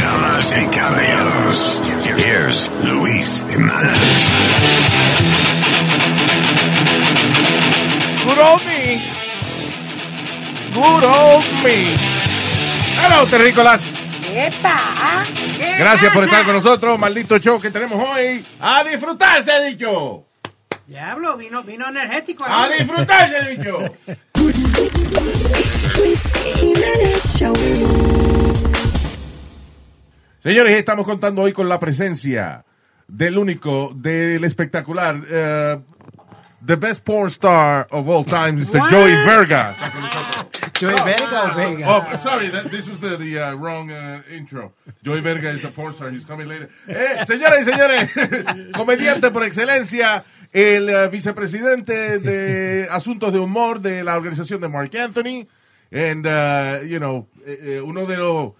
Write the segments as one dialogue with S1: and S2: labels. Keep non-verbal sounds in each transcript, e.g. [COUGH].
S1: Damas y caballeros, here's Luis Jiménez.
S2: Good old me. Good old me. Hello, terrícolas.
S3: ¡Epa!
S2: Gracias por estar con nosotros. Maldito show que tenemos hoy. A disfrutarse, ha dicho.
S3: Diablo, vino, vino energético. ¿no?
S2: A disfrutarse, ha dicho. Señores, estamos contando hoy con la presencia del único, del espectacular, eh, the best porn star of all time, Mr. Joey Verga.
S4: Joey Verga o Vega.
S2: Oh, sorry, that, this was the, the uh, wrong uh, intro. Joey Verga is a porn star, he's coming later. Eh, señoras y señores, [LAUGHS] comediante por excelencia, el uh, vicepresidente
S4: [LAUGHS]
S2: de Asuntos de Humor de la organización de Mark Anthony, and, uh, you know, eh, eh, uno de los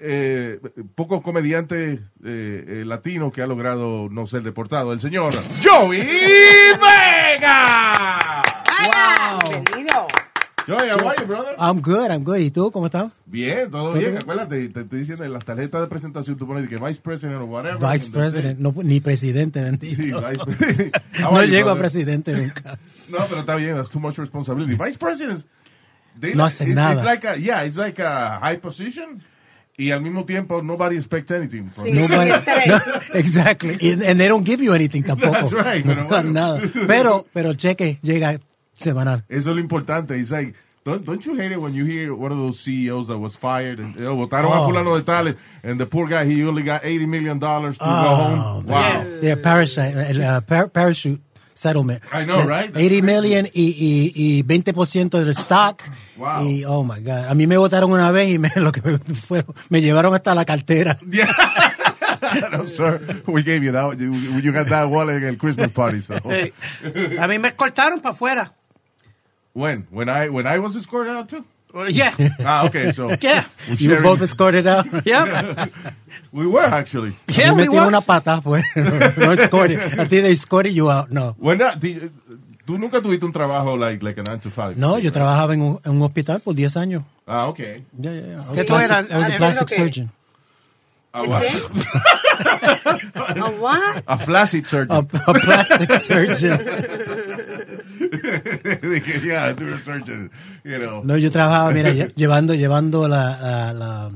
S2: eh, pocos comediantes eh, eh, latinos que ha logrado no ser deportado, el señor Joey Vega.
S3: Bienvenido.
S2: Joey, how are you, brother?
S4: I'm good, I'm good. ¿Y tú, cómo estás?
S2: Bien, todo bien. Acuérdate, te estoy diciendo en las tarjetas de presentación, tú pones que Vice President o whatever.
S4: Vice President, no, ni presidente, bendito.
S2: Sí,
S4: [LAUGHS]
S2: Vice President. How
S4: no
S2: are you,
S4: llego a
S2: brother?
S4: presidente nunca.
S2: No, pero está bien, that's too much responsibility. Vice President. they-
S4: No hace
S2: it's-
S4: nada.
S2: It's like a, yeah, it's like a high position. Y al mismo tiempo, nobody expects anything. from
S3: Sí.
S2: you.
S4: Nobody-
S3: estrés.
S4: no, exactly. And, and they don't give you anything tampoco.
S2: That's right,
S4: No
S2: pero bueno.
S4: dan nada. Pero, pero el cheque llega semanal.
S2: Eso es lo importante. It's like, don't, don't you hate it when you hear one of those CEOs that was fired and you know, votaron a
S4: Oh.
S2: fulano de tales and the poor guy, he only got $80 million dollars to go
S4: Oh,
S2: home. Wow.
S4: Yeah, parachute, el, uh, par- parachute settlement.
S2: I know, right? That's
S4: 80 million y, y, y 20% del stock.
S2: Wow.
S4: Y, oh my God. A mí me votaron una vez y me, [LAUGHS] lo que me, fueron, me llevaron hasta la cartera.
S2: Yeah. [LAUGHS] no, sir. We gave you that. You, you got that wallet at the Christmas party.
S3: [LAUGHS]
S2: So
S3: Eh, a mí me escoltaron para afuera.
S2: when when I when I was escorted out too.
S3: Oh, yeah.
S2: Ah, okay. So
S3: [LAUGHS] Yeah.
S2: we're
S4: You were
S2: sharing-
S4: both escorted out.
S3: [LAUGHS]
S2: [LAUGHS]
S3: Yeah.
S2: we were actually.
S3: Yeah,
S4: me
S3: we
S4: tiró
S3: were.
S4: una pata, pues. [LAUGHS] No escorted. A ti they escorted you out. No.
S2: When not, the, tú nunca tuviste un trabajo like like a nine to five.
S4: No, yo trabajaba en un, en un hospital por 10 años.
S2: Ah, okay.
S4: Yeah, yeah, yeah. I was
S3: ¿Qué
S4: a
S3: tú
S4: plastic- I was
S3: eras? Ah,
S4: a plastic
S3: ¿qué?
S4: surgeon.
S2: Ah, wow. [LAUGHS]
S3: ¿A what?
S2: A flaccid surgeon.
S4: A, a plastic [LAUGHS] surgeon.
S2: [LAUGHS] yeah, I do a surgeon. You know.
S4: No, yo trabajaba,
S2: [LAUGHS]
S4: mira, lle- llevando, llevando la, la, la,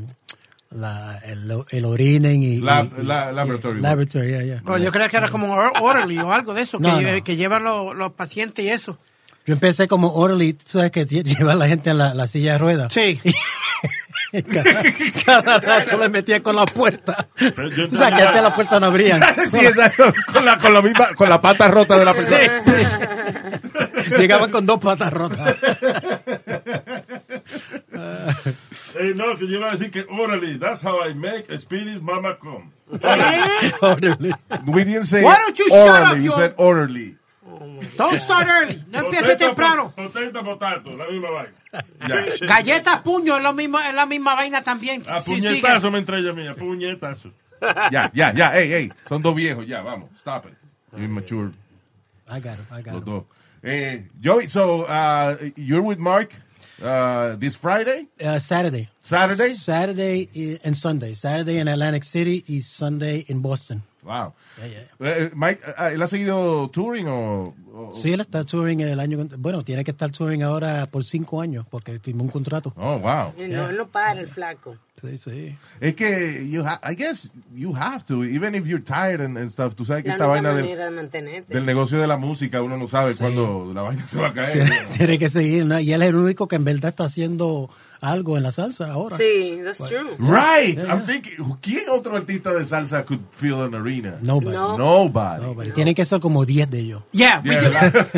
S4: la- el, el orinen y...
S2: Lab-
S4: y- y-
S2: la- laboratory.
S4: y- Laboratory, yeah, yeah.
S3: Oh, yo creía que era como un or- orderly o algo de eso,
S4: No,
S3: que, lle-
S4: no.
S3: que llevan los, los pacientes y eso.
S4: Yo empecé como orally, tú sabes que tie- [LAUGHS] lleva a la gente a la, la silla de ruedas. [LAUGHS]
S3: [LAUGHS] Sí.
S4: Cada, cada rato le metía con la puerta.
S5: Pero yo
S4: O sea, que antes la puerta no abrían.
S2: [LAUGHS] Sí, exacto. Con la, con la misma, con la pata rota de la persona.
S4: [LAUGHS] Llegaban con dos patas
S2: [LAUGHS]
S4: rotas.
S5: Eh, no, que yo iba a decir que orally, that's how I make Speedy's mama come.
S3: ¿Eh?
S4: Orally.
S2: We didn't say
S3: Why don't you shut
S2: orally.
S3: up,
S2: we
S3: you-
S2: said orderly.
S3: Don't start early. No empiece
S5: Poteta,
S3: temprano.
S5: po- Poteta, potato, la misma vaina.
S3: Galletas, puño, es, lo mismo, es la misma vaina también.
S5: A
S3: Sí, sigue.
S5: puñetazo me entrega mía, puñetazo.
S2: Ya, ya, ya. Ey, ey. Son dos viejos. Ya, vamos. Stop it. You're immature.
S4: I got it, I got
S2: Los
S4: it.
S2: dos. Eh, Joey, so uh, you're with Mark uh, this Friday,
S4: Uh, Saturday.
S2: Saturday?
S4: Saturday i- and Sunday. Saturday in Atlantic City y Sunday in Boston.
S2: Wow.
S4: Yeah, yeah.
S2: Eh, Mike, ah, ¿él ha seguido touring o...? o-
S4: Sí, él está touring el año. Bueno, tiene que estar touring ahora por cinco años porque firmó un contrato.
S2: Oh, wow.
S6: No, no para el flaco.
S4: Sí, sí. [LAUGHS]
S2: Es que, you ha- I guess, you have to, even if you're tired and, and stuff. Tú sabes que
S6: La
S2: esta vaina
S6: única
S2: del,
S6: manera de mantenerte.
S2: del negocio de la música, uno no sabe cuándo la vaina se va a caer.
S4: Tiene, tiene que seguir, ¿no? Y él es el único que en verdad está haciendo algo en la salsa ahora.
S6: Sí, that's true.
S2: Right. I'm thinking, ¿quién otro artista de salsa could fill an arena?
S4: Nobody.
S6: No.
S2: Nobody.
S4: Nobody. Tienen que ser como 10 de ellos.
S3: Yeah, we
S2: Yeah,
S3: did.
S2: ¿verdad?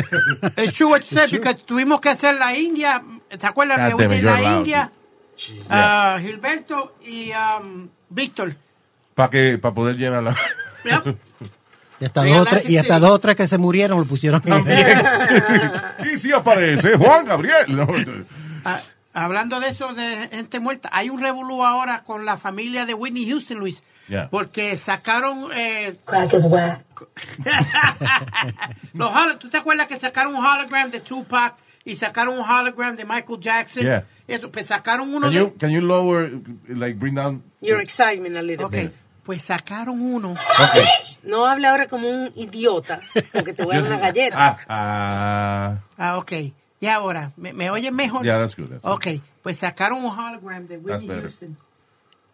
S3: It's true what you said, because tuvimos que hacer la India. ¿Te acuerdas?
S2: God
S3: que
S2: damn it,
S3: la
S2: you're loud.
S3: India. Ah, Gilberto y um,
S4: [LAUGHS]
S3: Víctor.
S2: Para que para poder llenar la.
S3: ¿ya?
S4: Y hasta,
S3: Real
S4: dos, o tres, y
S3: Life
S4: hasta
S3: City.
S4: dos o tres que se murieron lo pusieron.
S2: y si aparece Juan Gabriel. No,
S3: Ah, hablando de eso, de gente muerta, hay un revolú ahora con la familia de Whitney Houston, Luis.
S2: Yeah.
S3: Porque sacaron eh, [LAUGHS]
S6: Crack is whack.
S3: los holo- ¿Tú te acuerdas que sacaron un hologram de Tupac y sacaron un hologram de Michael Jackson?
S2: Yeah.
S3: Eso, pues sacaron uno
S2: Can
S3: de...
S2: you, can you lower, like bring down?
S6: Your excitement a little
S3: Ok,
S6: bit.
S3: pues sacaron uno.
S2: Okay.
S6: No habla ahora como un idiota, porque te voy a dar una galleta.
S2: Ah, ah,
S3: Ah, ok. Y ahora, ¿me, me oyes mejor?
S2: yeah, that's good. That's good.
S3: ok, pues sacaron un hologram de
S2: That's
S3: Whitney
S2: better.
S3: Houston.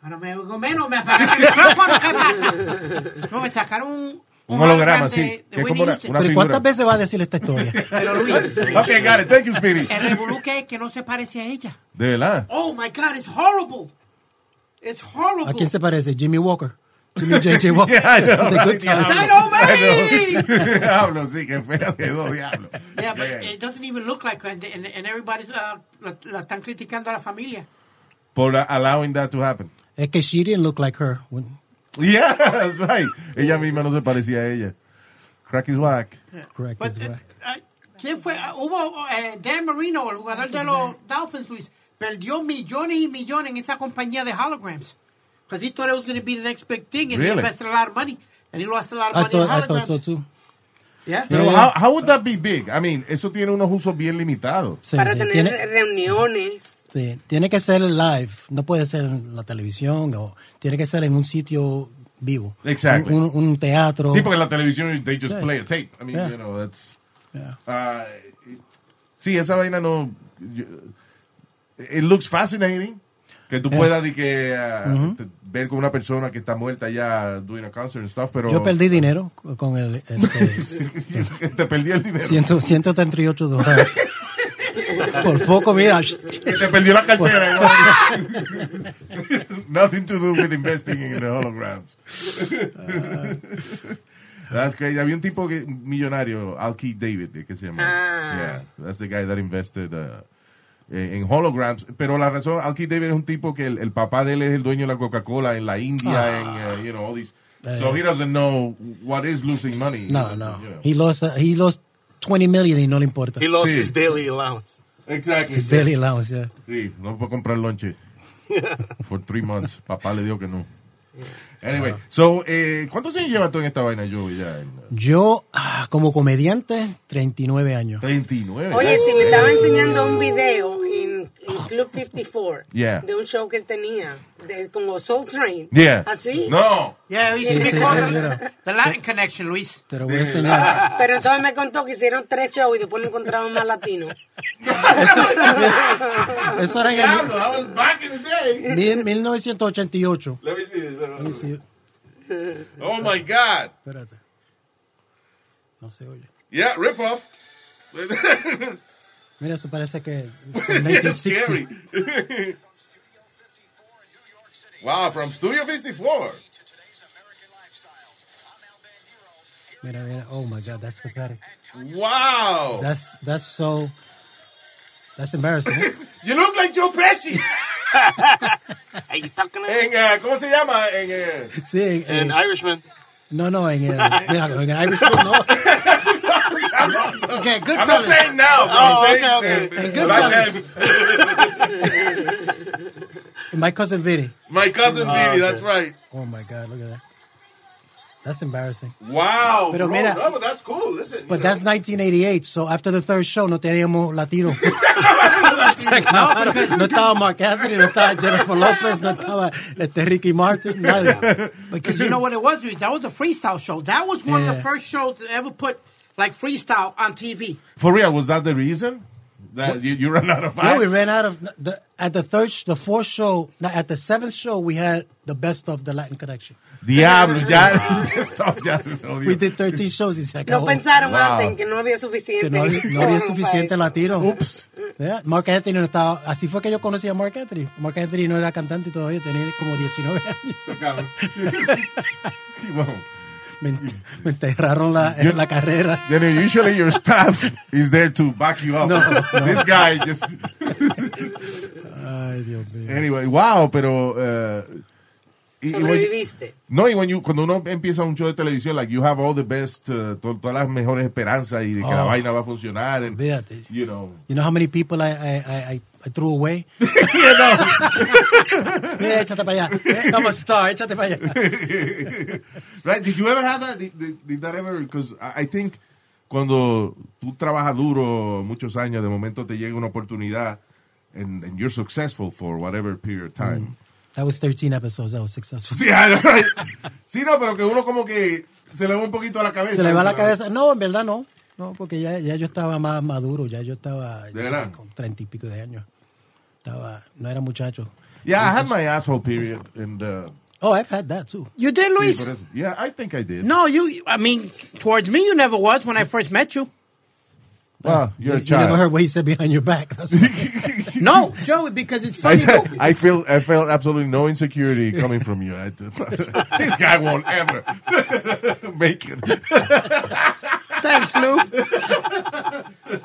S3: Ahora me oigo menos, me apagaron el micrófono, ¿qué pasa? No, me sacaron un,
S2: Un holograma,
S3: hologram
S2: sí, que
S3: de, de
S2: es
S3: Whitney
S2: como una-
S3: Houston.
S2: una-
S4: Pero ¿y
S2: [LAUGHS] figura.
S4: ¿cuántas veces va a decir esta historia?
S2: [LAUGHS]
S3: Pero Luis,
S2: Okay, got it. Thank you, Speedy.
S3: el revolú que es que no se parece a ella.
S2: De verdad.
S3: Oh my God, it's horrible. It's horrible.
S4: ¿A quién se parece? Jimmy Walker. Jimmy
S2: [LAUGHS]
S4: J.J. Walker.
S2: Yeah, I know.
S4: The Good Times.
S3: Dino
S2: I
S3: Man!
S2: know. [LAUGHS] Diablo, sí, que fea de dos diablos.
S3: Yeah,
S6: pues,
S3: but
S2: Yeah.
S6: eh.
S3: it doesn't even look like her, and, and, and everybody's uh, la, la están criticando a la familia.
S2: Por uh, allowing that to happen. [LAUGHS]
S4: Es que she didn't look like her. When-
S2: Yeah, that's right. Ella misma no se parecía a ella. Crack is whack.
S4: correct,
S3: But,
S4: is
S3: eh,
S4: right.
S3: eh, ¿Quién fue? Ah, hubo eh, Dan Marino, el jugador
S4: Ah,
S3: de los Dolphins, Luis, perdió millones y millones en esa compañía de holograms. Because he thought it was going to be the next big thing, and he
S2: Really?
S3: invested a lot of money, and he lost a lot of
S4: I
S3: money in
S4: thought, I
S3: holograms.
S4: thought so too.
S3: Yeah?
S2: Pero
S4: Yeah.
S2: how, how would that be big? I mean, eso tiene unos usos bien limitados.
S4: Sí,
S6: para
S4: sí,
S6: tener
S4: tiene-
S6: reuniones.
S4: Sí, tiene que ser live, no puede ser en la televisión, o tiene que ser en un sitio vivo.
S2: Exactly.
S4: Un, un- un teatro.
S2: Sí, porque en la televisión they just
S4: Yeah.
S2: play a tape. I mean,
S4: Yeah.
S2: you know, that's...
S4: Yeah.
S2: Ah, sí, esa vaina no... yo- It looks fascinating. Que tú puedas de que, ah,
S4: Mm-hmm.
S2: te- ver con una persona que está muerta ya doing a concert and stuff, pero...
S4: Yo perdí dinero con el este,
S2: [LAUGHS] te perdí el dinero.
S4: 100 138 dólares. Por poco, mira. sh-
S2: Que te perdió la cartera. igual. [LAUGHS] Nothing to do with investing in the holograms.
S4: Ah.
S2: that's crazy. Había un tipo que, un millonario, Al Keith David, que se llama.
S6: Ah.
S2: Yeah, that's the guy that invested uh, eh, en holograms. Pero la razón, Al Keith David es un tipo que el, el papá de él es el dueño de la Coca-Cola en la India,
S4: Ah.
S2: en, uh, you know, all these. So he doesn't know what is losing money.
S4: Eh. No, no.
S2: You know.
S4: He lost, he lost 20 million y no le importa.
S7: He lost
S2: Sí.
S7: his daily allowance.
S2: Exactly.
S4: His daily allowance, yeah.
S2: Sí, no puedo comprar [LAUGHS] lonche. For three months. Papá le dijo que no. Anyway, so, eh, ¿cuántos años llevas tú en esta vaina, yo ya? en-
S4: Yo, ah, como comediante, 39 años.
S2: 39.
S6: Oye, si
S2: Uh.
S6: me estaba enseñando un video en, en Club 54
S2: Yeah.
S6: de un show que él tenía, de, como Soul Train.
S2: Yeah. Ah,
S6: Así.
S2: No.
S3: Yeah, he- he
S4: sí, sí,
S3: called
S4: sí,
S3: the- the Latin connection, Luis.
S4: Te lo voy a
S7: [LAUGHS]
S4: enseñar.
S6: Pero entonces me contó que hicieron tres shows y después no encontraron
S2: [LAUGHS]
S6: más latinos.
S4: Eso era en el,
S2: I was back in the day.
S4: mil- 1988.
S2: Let me see this. Let me see.
S4: Sí,
S2: Oh, my God.
S4: espérate. No se oye.
S2: Yeah, rip [LAUGHS] off.
S4: Mira, eso
S2: [LAUGHS]
S4: parece que.
S2: It's
S4: 1960.
S2: scary. [LAUGHS] wow, from Studio 54.
S4: Mira, mira. Oh my God, that's pathetic.
S2: Wow.
S4: That's that's so. That's embarrassing. ¿eh?
S2: [LAUGHS] You look like Joe
S7: [LAUGHS]
S2: Pesci.
S7: Are you talking to
S2: en, eh, ¿Cómo se llama? En, eh,
S4: Sí, en- en-
S7: An Irishman.
S4: no, no, en el, mira, en el Irish
S2: [LAUGHS]
S4: Club, no.
S3: Okay, good
S2: I'm not
S3: fellas.
S2: saying now. but
S7: Oh,
S2: I'm
S7: okay,
S2: saying,
S7: okay.
S2: eh,
S4: Good
S2: like
S4: fellas.
S2: that, [LAUGHS]
S4: My cousin Vinny.
S2: My cousin Billy, that's right.
S4: Oh my God, look at that. That's embarrassing.
S2: Wow.
S4: Pero
S2: bro,
S4: mira-
S2: no, but that's cool. Listen.
S4: But that's 1988. So after the third show, no teníamos latino. no estaba Mark Anthony, no estaba Jennifer Lopez, no estaba este Ricky Martin, nadie.
S3: Because you know what it was, Luis? That was a freestyle show. That was one of the
S4: Yeah.
S3: first shows that ever put like freestyle on TV.
S2: For real, was that the reason? That you, you ran out of
S4: No, we ran out of the, at the third, sh- the fourth show. No, at the seventh show, we had the best of the Latin connection.
S2: Diablo,
S4: [LAUGHS]
S2: ya. [LAUGHS] Stop, ya. oh,
S4: We
S2: Dios. [LAUGHS]
S4: did 13 shows. y se
S6: No
S4: acabó.
S6: pensaron
S2: Wow.
S6: antes que no había suficiente.
S4: que no, había- no
S6: [LAUGHS]
S4: había
S6: para
S4: suficiente
S6: eso.
S4: latino.
S2: Oops.
S4: Yeah, Mark Anthony no estaba. Así fue que yo conocí a Mark Anthony. Mark Anthony no era cantante y todavía tenía como 19 años.
S2: [LAUGHS] Sí, bueno.
S4: Me, ent- [LAUGHS] me enterraron la, en la carrera.
S2: Then usually your [LAUGHS] staff is there to back you up.
S4: No, no.
S2: This guy just.
S4: Ay, Dios mío.
S2: Anyway, wow, pero... eh, y- y when-
S6: Sobreviviste.
S2: no, y when you- cuando uno empieza un show de televisión, like you have all the best, eh, to- todas las mejores esperanzas y de que la
S4: Oh.
S2: vaina va a funcionar. and,
S4: Fíjate.
S2: You know.
S4: You know how many people I, I, I, I- I threw away? [LAUGHS] Mira, échate para allá. Eh, I'm a star, échate para allá.
S2: Right? Did you ever have that? Did, did- did that ever? Because I, I think cuando tú trabajas duro muchos años, de momento te llega una oportunidad and, and you're successful for whatever period of time. [LAUGHS]
S4: That was 13 episodes. That was successful.
S2: Sí, I know, right? sí, no, pero que uno como que se le va un poquito a la cabeza.
S4: Se le va la cabeza. No, en verdad no. No, porque ya, ya yo estaba más maduro. Ya yo estaba ya
S2: verdad?
S4: con 30 y pico de años. Estaba, no era muchacho.
S2: Yeah, I had my asshole period. And, uh,
S4: Oh, I've had that too.
S3: You did,
S2: sí,
S3: Luis?
S2: por eso. yeah, I think I did.
S3: No, you. I mean, towards me, you never was when I first met you.
S2: Well, you're a
S4: you, you
S2: [LAUGHS]
S4: never heard
S2: child.
S4: what he said behind your back. That's what- [LAUGHS]
S3: No, Joey, because it's funny. though.
S2: I, I feel I felt absolutely no insecurity coming from you. I- [LAUGHS] this guy won't ever [LAUGHS] make it.
S3: Thanks, Lou.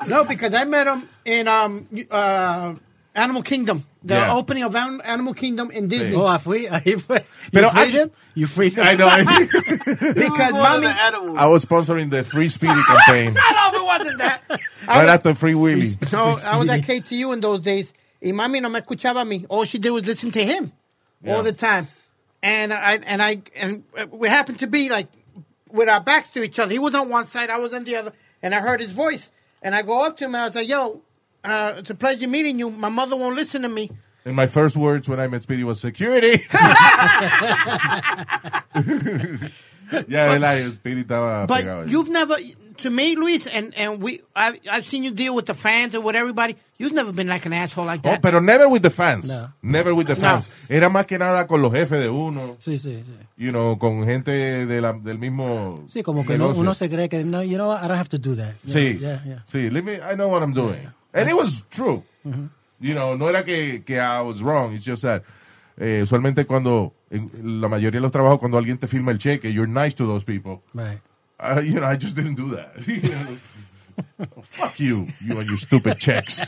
S3: no, because I met him in um uh, Animal Kingdom, the
S2: Yeah.
S3: opening of An- Animal Kingdom in Disney.
S4: oh, I fui. Ahí fue. You
S2: Pero
S4: freed
S2: actually-
S4: him? You freed him?
S2: I know. [LAUGHS] I,
S3: because
S7: One of
S3: mommy,
S7: the animals.
S2: I was sponsoring the Free Speedy campaign
S3: no, it wasn't that.
S2: right after Free Willy.
S3: No, I was at KTU in those days. Y mami no me escuchaba a mí. All she did was listen to him
S2: Yeah.
S3: all the time. And I and I and we happened to be like with our backs to each other. He was on one side, I was on the other, and I heard his voice. And I go up to him and I was like, "Yo, uh, it's a pleasure meeting you. My mother won't listen to me."
S2: And my first words when I met Speedy was security. [LAUGHS] yeah, Eladio, Speedy estaba
S3: But
S2: pegado.
S3: you've never, to me, Luis, and and we, I, I've seen you deal with the fans and with everybody. You've never been like an asshole like
S2: Oh,
S3: that.
S2: pero never with the fans.
S4: No.
S2: Never with the fans. Era más que nada con los jefes de uno,
S4: Sí, sí, sí.
S2: you know, con gente de la- del mismo
S4: Sí, como que no-
S2: negocio.
S4: uno se cree que, no, you know what, I don't have to do that. Yeah,
S2: Sí,
S4: yeah, yeah.
S2: sí, let me, I know what I'm doing. And it was true.
S4: Mm-hmm.
S2: You know, no era que, que I was wrong, it's just that eh, usualmente cuando, en la mayoría de los trabajos, cuando alguien te firma el cheque, you're nice to those people.
S4: Right. [LAUGHS]
S2: Uh, you know, I just didn't do that. [LAUGHS] You know? Fuck you, you and your stupid checks.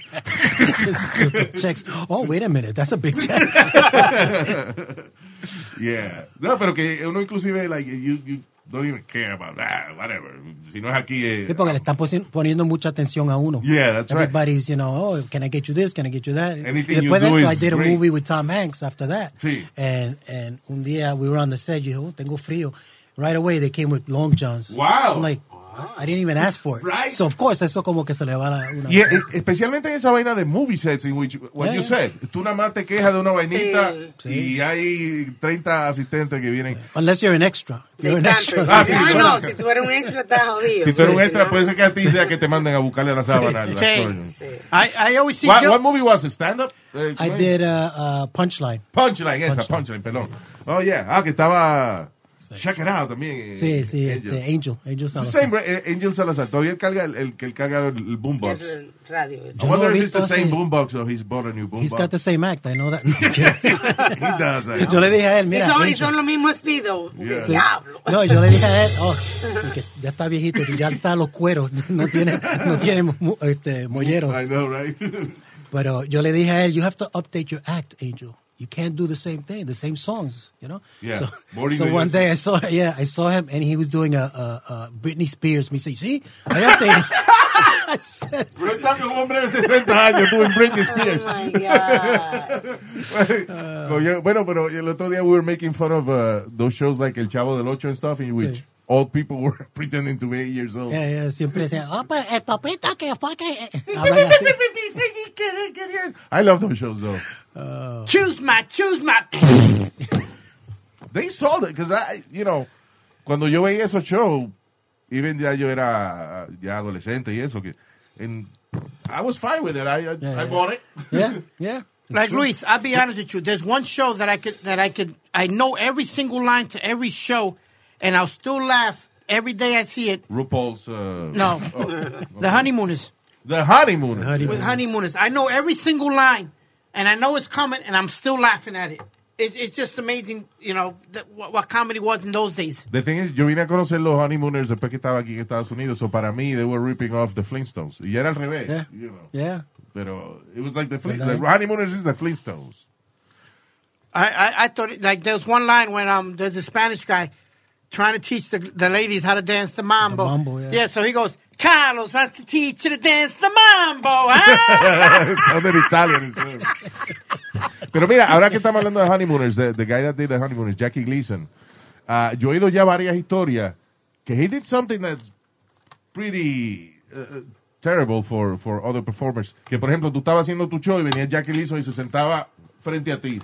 S4: Stupid checks. Oh, wait a minute. That's a big check.
S2: [LAUGHS] Yeah. No, pero que uno inclusive, like, you, you don't even care about that, whatever. Si no es aquí, eh,
S4: Sí, porque le están posi- poniendo mucha atención a uno.
S2: Yeah, that's right.
S4: Everybody's, you know, oh, can I get you this? Can I get you that?
S2: Anything
S4: Y
S2: you
S4: Después de
S2: do
S4: eso,
S2: is
S4: I did a
S2: great.
S4: movie with Tom Hanks after that.
S2: Sí.
S4: And, and un día, we were on the set, yo, oh, tengo frío. Right away, they came with long johns.
S2: Wow.
S4: I'm like, I didn't even ask for it.
S2: Right.
S4: So, of course, eso como que se le va la... Una
S2: Y es- especialmente en esa vaina de movie sets, in which, what
S4: Yeah,
S2: you
S4: yeah.
S2: said, tú nada más te quejas de una vainita
S4: Sí.
S2: y hay 30 asistentes que vienen.
S4: Unless you're an extra. If
S6: De
S4: you're an extra.
S6: country.
S2: Ah,
S6: Ah,
S2: sí, sí.
S6: no, si tú eres un extra, estás jodido.
S2: Si tú eres
S6: Sí,
S2: un
S6: sí,
S2: extra,
S6: no.
S2: puede ser que a ti sea que te manden a buscarle a la sábana. las
S3: Sí.
S2: cosas.
S6: Sí.
S3: I, I always see
S2: What,
S3: Joe-
S2: what movie was it? Stand up? Eh,
S4: I
S2: ¿cómo es?
S4: did a, a punchline.
S2: Punchline, esa, punchline, perdón. Oh, yeah. Ah, que estaba. Check it out también. eh,
S4: Sí, sí,
S2: Angel.
S4: este, Angel. Angel
S2: It's the
S4: Salazar.
S2: same, eh, Angel Salazar. Todavía él carga el, el que él carga el, el boombox.
S6: El radio. ese.
S2: I
S4: no
S2: wonder
S4: he
S2: if it's the
S4: visto
S2: same
S4: ese.
S2: boombox or he's bought a new boombox.
S4: He's got the same act, I
S2: [LAUGHS]
S4: know that.
S2: He [LAUGHS] does. I
S4: yo le dije a él,
S6: Y
S4: mira,
S6: son, y
S4: Angel.
S6: son los mismos Speedo.
S2: Yeah.
S6: Diablo.
S4: No, yo le dije a él, oh, porque ya está viejito, ya está a los cueros, [LAUGHS] no tiene, no tiene mu- este, mollero.
S2: I know, right? [LAUGHS]
S4: Pero yo le dije a él, you have to update your act, Angel. You can't do the same thing, the same songs, you know?
S2: Yeah.
S4: So,
S2: More
S4: so
S2: than
S4: one
S2: you-
S4: day I saw, yeah, I saw him and he was doing a, a, a Britney Spears. Me say, see, I updated. [LAUGHS] I said,
S2: Pero está con un hombre de 60 años, tú en Britney Spears.
S6: [LAUGHS]
S2: [LAUGHS]
S6: Oh my God.
S2: Oye, bueno, pero el otro día we were making fun of uh, those shows like El Chavo del Ocho and stuff in which
S4: Sí. Eh,
S2: old people were [LAUGHS] pretending to be eight years old.
S4: yeah, yeah, siempre decía, oh, pues el papito que fue que... [LAUGHS] eh, eh", hablan así.
S2: [LAUGHS] I love those shows though.
S3: choose my, choose my.
S2: They sold it because I, you know, cuando yo veía esos shows, even ya yo era uh, ya adolescente y eso que, and I was fine with it. I I,
S4: Yeah,
S2: I
S4: yeah.
S2: bought it.
S4: Yeah, yeah.
S3: Like Luis, I'll be honest with you. There's one show that I could that I could I know every single line to every show, and I'll still laugh every day I see it.
S2: RuPaul's uh,
S3: No, the honeymooners
S2: [LAUGHS] the honeymoon.
S3: with
S4: Mm-hmm.
S3: honeymooners. I know every single line, and I know it's coming, and I'm still laughing at it. it it's just amazing, you know, that, what, what comedy was in those days.
S2: The thing is, yo vine a conocer los honeymooners después que estaba aquí en Estados Unidos. So para mí, they were ripping off the Flintstones. Y era al revés.
S4: Yeah,
S2: You know.
S4: yeah.
S2: Pero it was like the, Fle- the Honeymooners is the Flintstones.
S3: I, I, I thought it, like there was one line when um there's a Spanish guy trying to teach the, the ladies how to dance the mambo.
S4: mambo, yeah.
S3: so he goes, Carlos wants to teach you to dance the
S4: [LAUGHS]
S3: mambo, huh?
S2: [LAUGHS] Sounded Italian. instead of- Pero mira, ahora que estamos hablando de Honeymooners, the, the guy that did the Honeymooners, Jackie Gleason, ah, yo he oído ya varias historias que he did something that's pretty uh, terrible for, for other performers. Que, por ejemplo, tú estabas haciendo tu show y venía Jackie Gleason y se sentaba frente a ti.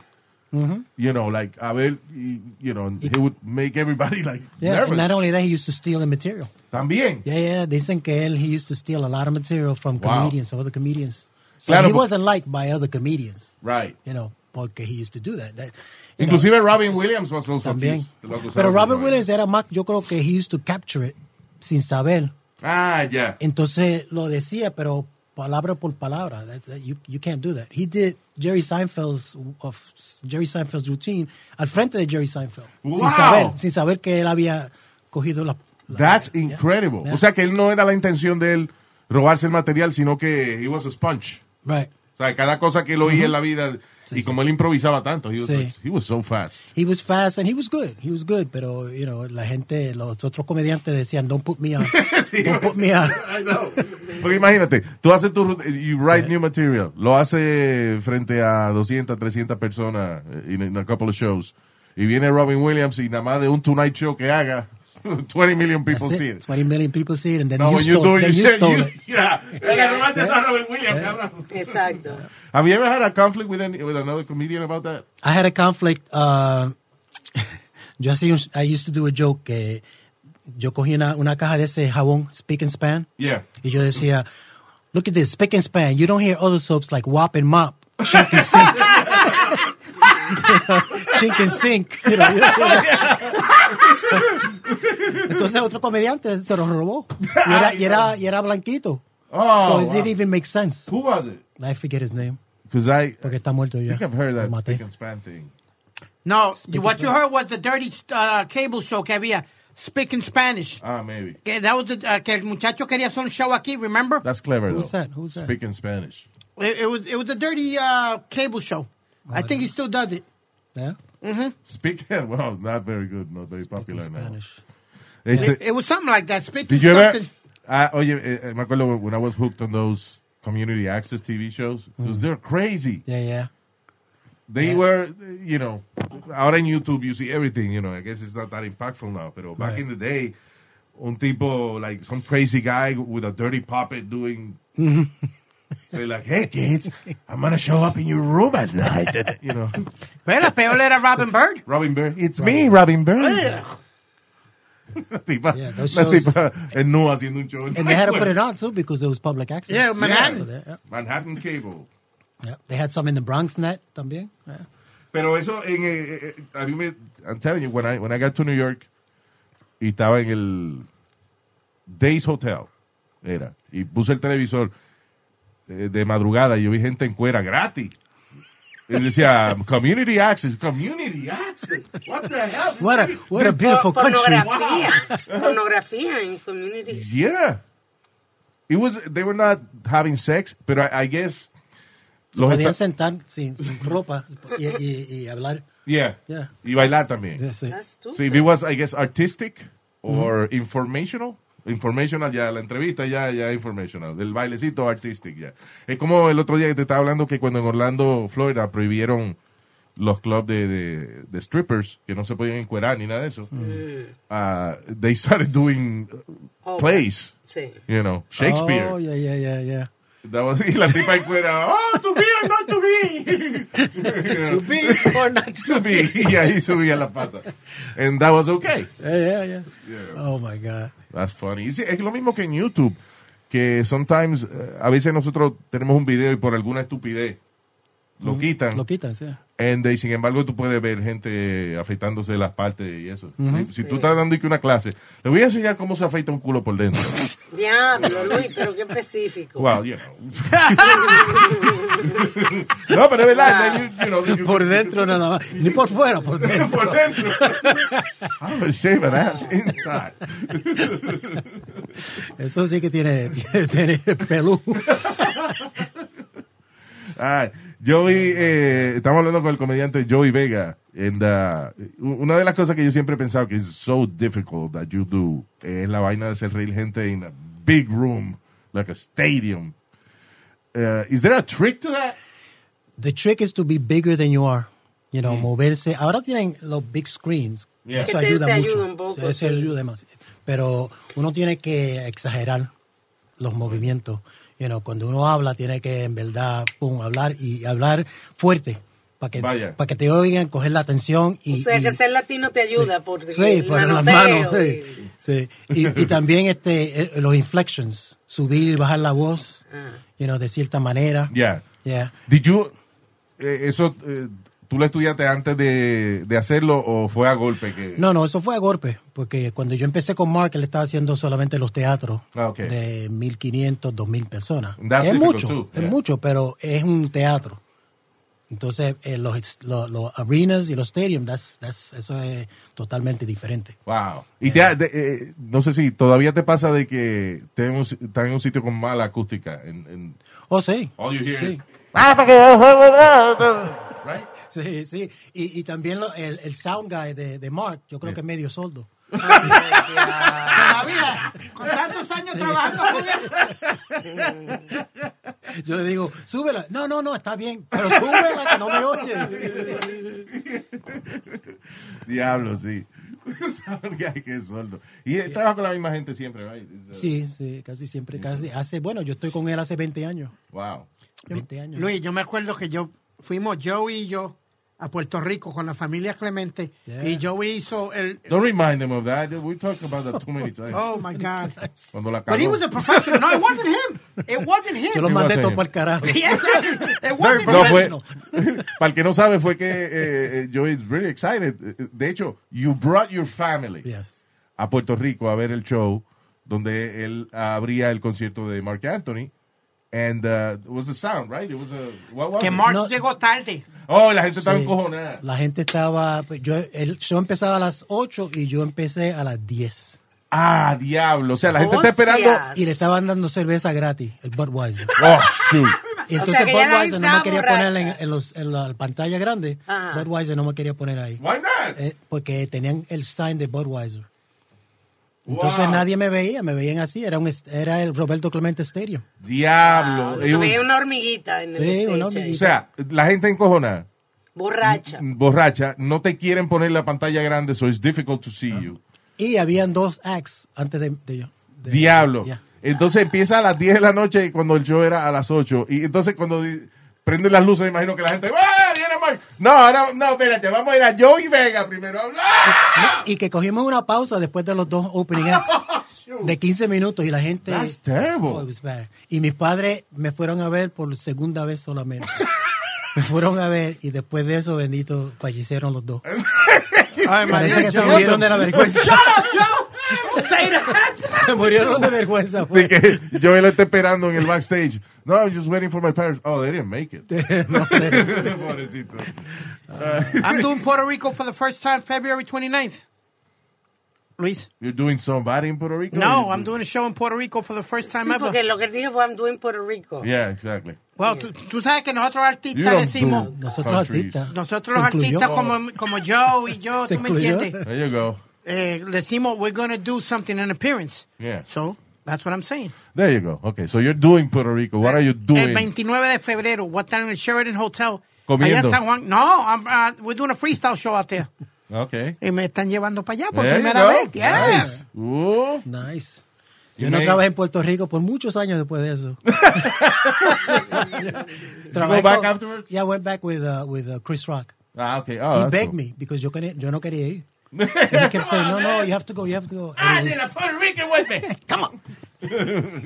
S2: You know, like, a ver, y- you know, he would make everybody like
S4: Yeah, and
S2: nervous.
S4: not only that, he used to steal the material.
S2: También.
S4: Yeah, yeah. Dicen que él, he used to steal a lot of material from
S2: Wow.
S4: comedians, other comedians. So
S2: Claro,
S4: he
S2: but-
S4: wasn't liked by other comedians,
S2: Right.
S4: you know, porque he used to do that. that you know,
S2: Inclusive Robin Williams was also
S4: también.
S2: accused. Lo acusaron
S4: Pero
S2: de
S4: Robert
S2: esa
S4: Williams era más, yo creo que he used to capture it sin saber.
S2: vaina. Ah, ya.
S4: Entonces lo decía, pero palabra por palabra. That, that- you, you can't do that. He did Jerry Seinfeld's of Jerry Seinfeld's routine al frente de Jerry Seinfeld.
S2: Wow.
S4: Sin saber, sin saber que él había cogido la. la-
S2: That's
S4: yeah.
S2: incredible.
S4: Yeah.
S2: O sea que él no era la intención de él robarse el material, sino que he was a sponge.
S4: Right.
S2: O sea, cada cosa que él oía en la vida,
S4: Sí,
S2: y como él improvisaba tanto, he was,
S4: Sí.
S2: like- he was so fast.
S4: He was fast and he was good. He was good, pero you know, la gente, los otros comediantes decían, "Don't put me on.
S2: [LAUGHS] Sí.
S4: Don't put me on."
S2: Porque imagínate, tú haces tu, rut- you write new material, lo hace frente a 200, 300 personas eh, in, in a couple of shows, y viene Robin Williams y nada más de un Tonight Show que haga, [LAUGHS] 20 million [LAUGHS] people
S4: That's
S2: see
S4: it.
S2: it.
S4: 20 million people see it and then
S2: No,
S4: you
S2: when you
S4: stole,
S2: do it,
S4: then
S2: [LAUGHS]
S4: you
S2: you-
S4: stole
S2: you-
S4: it.
S2: yeah.
S6: Exacto.
S2: Have you ever had a conflict with any, with another comedian about that?
S4: I had a conflict. Uh, [LAUGHS] yo hacía un- I used to do a joke que yo cogí una, una caja de ese jabón Spick and Span
S2: Yeah.
S4: y yo decía, look at this, Spick and Span. You don't hear other soaps like Wop and Mop, Chink and Sink. [LAUGHS] Chink and Sink. you know, you don't hear that. [LAUGHS] Entonces otro comediante se lo robó y era, y era, y era blanquito.
S2: Oh,
S4: so it
S2: wow.
S4: didn't even make sense.
S2: Who was it?
S4: I forget his name
S2: Because I,
S4: porque está muerto
S2: I
S4: ya.
S2: think I've heard that
S4: Lo maté.
S2: spick and span thing.
S3: no,
S4: Speaking
S3: what you
S4: Spanish.
S3: heard was the dirty uh, cable show que había, speaking Spanish.
S4: Uh.
S2: Ah, maybe.
S3: Que, that was the, uh, que el muchacho quería hacer un show aquí, remember?
S2: That's clever,
S4: Who's
S2: though.
S4: that? Who's that?
S2: Speaking Spanish.
S3: It, it was it was a dirty uh, cable show. I think he still does it.
S4: Yeah?
S2: Speak, [LAUGHS] well, not very good, not very popular now.
S4: Spanish.
S2: It's
S3: It,
S2: a-
S3: it was something like that. Speaking
S2: did you ever?
S3: something-
S2: Ah, oye, eh, eh, me acuerdo when I was hooked on those community access TV shows. 'cause
S4: Mm.
S2: They're crazy.
S4: Yeah, yeah.
S2: They were, eh, you know, ahora en YouTube you see everything, you know. I guess it's not that impactful now, pero back
S4: Right.
S2: in the day, un tipo, like some crazy guy with a dirty puppet doing.
S4: Mm-hmm.
S2: [LAUGHS] They're like, hey kids, I'm gonna show up in your room at
S4: [LAUGHS]
S2: night, you know.
S3: Pero peor era
S2: [LAUGHS]
S3: Robin Bird.
S2: Robin Bird. It's me, Robin Bird. [LAUGHS] La tipa,
S4: Yeah, those
S2: la
S4: shows-
S2: tipa en nu haciendo un show. en
S4: And they had to put
S2: Manhattan.
S4: it on too because it was public access.
S3: Yeah, Manhattan.
S4: So they, yeah,
S2: Manhattan Cable.
S4: yeah. They had some in the Bronx net también. Yeah.
S2: Pero eso, en, eh, eh, a mí me, I'm telling you, when I, when I got to New York, y estaba en el Days Hotel, era, y puse el televisor eh, de madrugada y yo vi gente en cuera gratis. Y decía, community access, community access. What the hell?
S4: What a what a beautiful
S6: Por-
S4: country.
S6: pornografía. Pornografía en community.
S2: Yeah. It was they were not having sex, but I, I guess los
S4: Podían
S2: esta-
S4: sentar sin, sin ropa y, y, y hablar.
S2: yeah.
S4: Yeah.
S2: Y bailar también.
S4: Yeah, sí.
S6: That's stupid.
S2: So if it was I guess artistic or informational, informational ya la entrevista ya ya informational, del bailecito artistic ya. Es como el otro día que te estaba hablando que cuando en Orlando, Florida prohibieron los clubs de, de, de strippers que no se podían encuerar ni nada de eso.
S4: Mm.
S2: Ah, they started doing
S6: Oh,
S2: plays,
S6: Sí.
S2: you know, Shakespeare.
S4: Oh, yeah, yeah, yeah, yeah.
S2: That was- y la tipa en cuera, oh, to be or not to
S4: [LAUGHS]
S2: be. [LAUGHS]
S4: To be or not
S2: to be. Y ahí subía la pata. And that was okay.
S4: Yeah, yeah, yeah. Oh my God.
S2: That's funny. Y sí, es lo mismo que en YouTube, que sometimes, eh, a veces nosotros tenemos un video y por alguna estupidez lo quitan.
S4: Lo quitan, sí.
S2: And they- sin embargo, tú puedes ver gente afeitándose las partes y eso. si, si tú estás dando aquí una clase, le voy a enseñar cómo se afeita un culo por
S4: [LAUGHS]
S2: dentro.
S6: Diablo, Luis, pero qué específico.
S2: Wow, you know. [LAUGHS] no, pero es verdad. then you- you know, you-
S4: Por dentro nada más. Ni por fuera, por dentro.
S2: [LAUGHS] por dentro. I'm gonna shave an ass inside.
S4: [LAUGHS] Eso sí que tiene, tiene, tiene pelú.
S2: Ah, yo vi, eh, estamos hablando con el comediante Joey Vega. And, uh, una de las cosas que yo siempre he pensado que es so difficult that you do es la vaina de hacer reír gente in a big room, like a stadium. Uh, is there a trick to that?
S4: The trick is to be bigger than you are. You know, moverse. Ahora tienen los big screens.
S2: Mm. Yeah.
S4: Eso
S6: Que te-
S4: ayuda
S6: te
S4: mucho.
S6: ayuda un poco,
S4: Eso
S6: sí.
S4: ayuda demasiado. Pero uno tiene que exagerar
S2: Mm.
S4: los movimientos. You know, cuando uno habla, tiene que en verdad pum, hablar y hablar fuerte para que,
S2: Vaya.
S4: para que te oigan, coger la atención.
S6: O
S4: Y,
S6: sea,
S4: y-
S6: que ser latino te ayuda por
S4: Sí,
S6: el
S4: por las manos.
S6: manoteo
S4: Sí,
S6: y-
S4: sí. Y, y también este, eh, los inflections, subir y bajar la voz,
S6: Ah.
S4: you know, de cierta manera.
S2: Yeah.
S4: Yeah.
S2: Did you, eh, eso, eh, tú lo estudiaste antes de, de hacerlo o fue a golpe que...
S4: No, no, eso fue a golpe, porque cuando yo empecé con Mark, él estaba haciendo solamente los teatros
S2: Ah, ok.
S4: de 1.500, 2.000 personas.
S2: That's
S4: es
S2: difficult
S4: mucho,
S2: too,
S4: es
S2: yeah.
S4: mucho, pero es un teatro. Entonces, eh, los, los, los arenas y los stadiums, that's- that's- eso es totalmente diferente.
S2: Wow. Y te ha- de- eh, no sé si todavía te pasa de que te en un si- estás en un sitio con mala acústica. en- en-
S4: Oh, sí.
S2: All you hear
S4: Sí.
S2: is- right?
S4: Sí, sí. Y, y también lo- el, el sound guy de, de Mark, yo creo que es
S2: [LAUGHS]
S4: medio sordo.
S3: Todavía, con tantos años trabajando con él.
S2: [LAUGHS]
S4: Yo le digo, súbela. No, no, no, está bien, pero súbela que no me oye.
S2: Diablo, sí. [LAUGHS] Sabe que hay que es sordo. Y eh, trabaja con la misma gente siempre, right? It's, uh,
S4: Sí, sí, casi siempre, casi. Hace, bueno, yo estoy con él hace 20 años.
S2: Wow.
S4: 20 años.
S3: Luis, yo me acuerdo que yo fuimos Joey y yo a Puerto Rico con la familia Clemente
S4: Yeah.
S3: y Joey hizo el
S2: Don't remind them of that. We talked about that too
S3: [LAUGHS]
S2: many times. [LAUGHS]
S3: Oh my God.
S2: Cuando la
S3: But he
S2: cagó.
S3: was a professional. No, it wasn't him. It wasn't him.
S4: Yo lo
S3: [LAUGHS]
S2: ¿Qué
S4: mandé
S2: vas a
S4: todo
S2: hacer?
S4: para el carajo.
S3: Yeah, exactly.
S4: Very
S3: It wasn't
S2: No,
S3: him.
S2: fue,
S4: professional.
S2: [LAUGHS] para el que no sabe, fue que eh, eh, yo is really excited. Eh, De hecho, you brought your family
S4: [LAUGHS] Yes.
S2: a Puerto Rico a ver el show donde él abría el concierto de Mark Anthony. And uh, it was a sound, right? It was a, what was
S3: Que
S2: it?
S3: March
S4: No.
S3: llegó tarde.
S2: Oh, la gente estaba
S4: Sí.
S2: encojonada.
S4: La gente estaba. pues, Yo, el show empezaba a las 8 y yo empecé a las 10.
S2: Ah, diablo. O sea, la gente está
S6: Hostias.
S2: esperando.
S4: Y le estaban dando cerveza gratis,
S6: [LAUGHS]
S4: el Budweiser.
S2: Oh, shoot.
S4: Y
S6: O
S4: entonces
S6: sea, que ya la
S4: Budweiser
S6: gente
S4: no me
S6: estaba
S4: quería
S6: borracha.
S4: poner en, en los- en la pantalla grande.
S6: Ajá.
S4: Budweiser no me quería poner ahí.
S2: Why not?
S4: Eh, porque tenían el sign de Budweiser. Entonces
S2: Wow.
S4: nadie me veía, me veían así. Era, un, est- era el Roberto Clemente Stadium.
S2: Diablo.
S6: Se
S2: It was-
S6: veía Ah, una hormiguita en el
S4: Sí,
S6: stage
S4: una
S6: ahí.
S2: o
S4: hormiguita.
S2: sea, la gente encojonada,
S6: Borracha.
S2: Mm. borracha, no te quieren poner la pantalla grande, so it's difficult to see you.
S4: Y habían dos acts antes de, de yo. de-
S2: Diablo.
S4: Ya.
S2: Entonces empieza a las 10 de la noche y cuando el show era a las 8. Y entonces cuando di- prenden las luces, imagino que la gente. ¡Ah, viene Mark! No, ahora, no, espérate, vamos a ir a Joey Vega primero. ¡Ah!
S4: Y que cogimos una pausa después de los dos opening
S2: [LAUGHS]
S4: acts.
S2: Shoot.
S4: de 15 minutos y la gente.
S2: That's terrible.
S4: Oh, it was bad. Y mis padres me fueron a ver por segunda vez solamente. [LAUGHS] me fueron a ver y después de eso, bendito, fallecieron
S2: [LAUGHS]
S4: los dos.
S3: Ay,
S4: Parece que se murieron de la vergüenza.
S3: [LAUGHS]
S4: se murieron de
S2: [LAUGHS]
S4: vergüenza. pues.
S2: Así
S4: fue.
S2: que yo lo está esperando en el backstage. No, I'm just waiting for my parents. Oh, they didn't make
S4: [LAUGHS]
S2: it. [LAUGHS] Pobrecito.
S3: I'm doing Puerto Rico for the first time February 29th. Luis?
S2: You're doing somebody in Puerto Rico?
S3: No,
S2: You-
S3: I'm doing a show in Puerto Rico for the first time
S6: Sí,
S3: ever.
S6: porque lo que él dijo fue I'm doing Puerto Rico.
S2: Yeah, exactly.
S3: Well, tú, tú sabes que nosotros
S2: You
S3: artistas
S2: don't
S3: decimos,
S2: do-
S4: Nosotros
S2: Countries.
S4: artistas.
S3: nosotros los
S4: ¿Se incluyó?
S3: artistas como, como yo y yo,
S4: ¿Se
S3: tú me
S4: incluyó?
S3: entiendes,
S2: There you go.
S3: eh, decimos, we're going to do something in appearance.
S2: Yeah.
S3: So, that's what I'm saying.
S2: There you go. Okay, so you're doing Puerto Rico. What are you
S3: El
S2: doing?
S3: 29 de febrero, what time in the Sheridan Hotel. Allá
S2: Comiendo.
S3: en San Juan. No, I'm, uh, we're doing a freestyle show out there.
S2: Okay.
S3: Y me están llevando para allá por
S2: There you
S3: primera
S2: go.
S3: vez. Yeah.
S2: Nice.
S3: [LAUGHS]
S2: Ooh.
S4: Nice.
S2: You
S4: Yo no
S2: may-
S4: trabajé en Puerto Rico por muchos años después
S2: [LAUGHS]
S4: de eso.
S2: go back afterwards?
S4: Yeah, I went back with, uh, with uh, Chris Rock.
S2: Ah, okay. Oh,
S4: he
S2: that's
S4: begged
S2: cool.
S4: me because yo, quería, yo no quería ir. And he kept saying, no, no, you have to go, you have to go.
S3: Ah,
S4: And it was-
S3: Puerto Rican with me. [LAUGHS] Come on.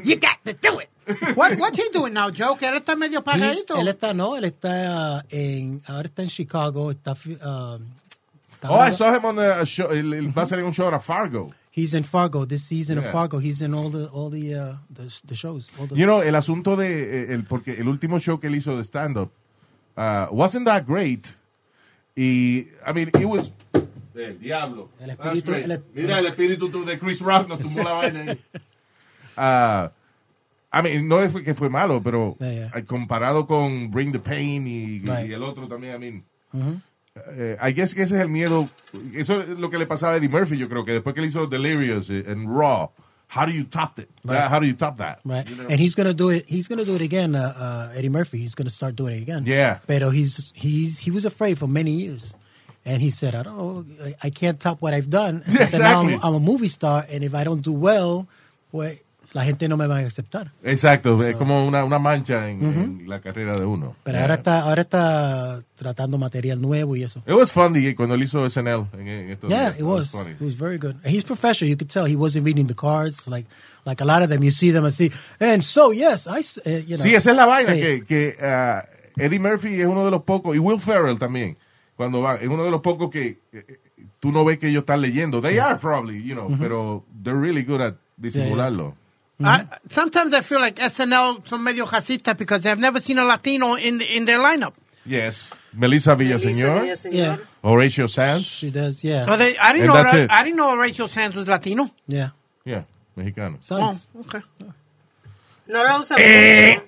S3: You got to do it. What, what's he doing now, Joe? Que él está medio
S4: He's-
S3: pagadito.
S4: él está, no, él está en, ahora está en Chicago, está, fi- um, está
S2: Oh, I saw him on a show. Él, él va a salir un show ahora, Fargo.
S4: He's in Fargo this season
S2: Yeah.
S4: of Fargo. He's in all the all the uh, the, the shows. All the,
S2: You know, el asunto de, eh, el, porque el último show que él hizo de stand-up uh, wasn't that great. Y, I mean, it was... El diablo.
S4: El
S2: That's
S4: espíritu-
S2: great.
S4: el- [LAUGHS]
S2: Mira, el espíritu tu- de Chris Rock nos tumbó la vaina ahí. Ah, I mean, no es que fue malo, pero
S4: Yeah, yeah.
S2: eh, comparado con Bring the Pain y, y
S4: Right. Mm-hmm.
S2: el otro también, I mean. eh, I guess que ese es el miedo. Eso es lo que le pasaba a Eddie Murphy, yo creo que después que le hizo Delirious eh, en Raw. How do you top it?
S4: Right.
S2: How do you top that?
S4: Right,
S2: You know?
S4: and he's gonna do it. He's gonna do it again. Uh, uh, Eddie Murphy. He's gonna start doing it again.
S2: Yeah.
S4: But he's he's he was afraid for many years, and he said, "I don't, I, I can't top what I've done."
S2: [LAUGHS] Yeah,
S4: He said, now I'm-
S2: exactly.
S4: I'm, a movie star, and if I don't do well, pues la gente no me va a aceptar.
S2: Exacto, es como una, una mancha en, en la carrera de uno.
S4: Pero
S2: Yeah. Oh,
S4: ahora está ahora está tratando material nuevo y eso.
S2: It was funny cuando él hizo SNL en, en estos
S4: Yeah,
S2: días.
S4: it was.
S2: funny.
S4: It was very good. And he's professional. You could tell he wasn't reading the cards like like a lot of them. You see them and see. And so yes, I s- eh, you know.
S2: Sí, esa es la vaina,
S4: Sí.
S2: que, que ah, Eddie Murphy es uno de los pocos, y Will Ferrell también, cuando va, es uno de los pocos que eh, eh, tú no ves que ellos están leyendo. They are probably, you know, pero they're really good at disimularlo.
S3: I, Ah, sometimes I feel like SNL son medio jacistas because they've never seen a Latino in the, in their lineup.
S2: Yes. Melissa Villaseñor,
S6: Elisa
S4: Yeah,
S6: Villaseñor.
S2: Horatio Sanz,
S4: she does. Yeah,
S2: Ah,
S3: So they, I
S2: And
S3: didn't know.
S2: that's
S3: Ra-
S2: it.
S3: I didn't know Rachel Sands was Latino.
S4: yeah.
S2: yeah, mexicano.
S3: Oh,
S4: Sons.
S3: okay.
S6: No la usa
S2: Eh.
S6: mucho.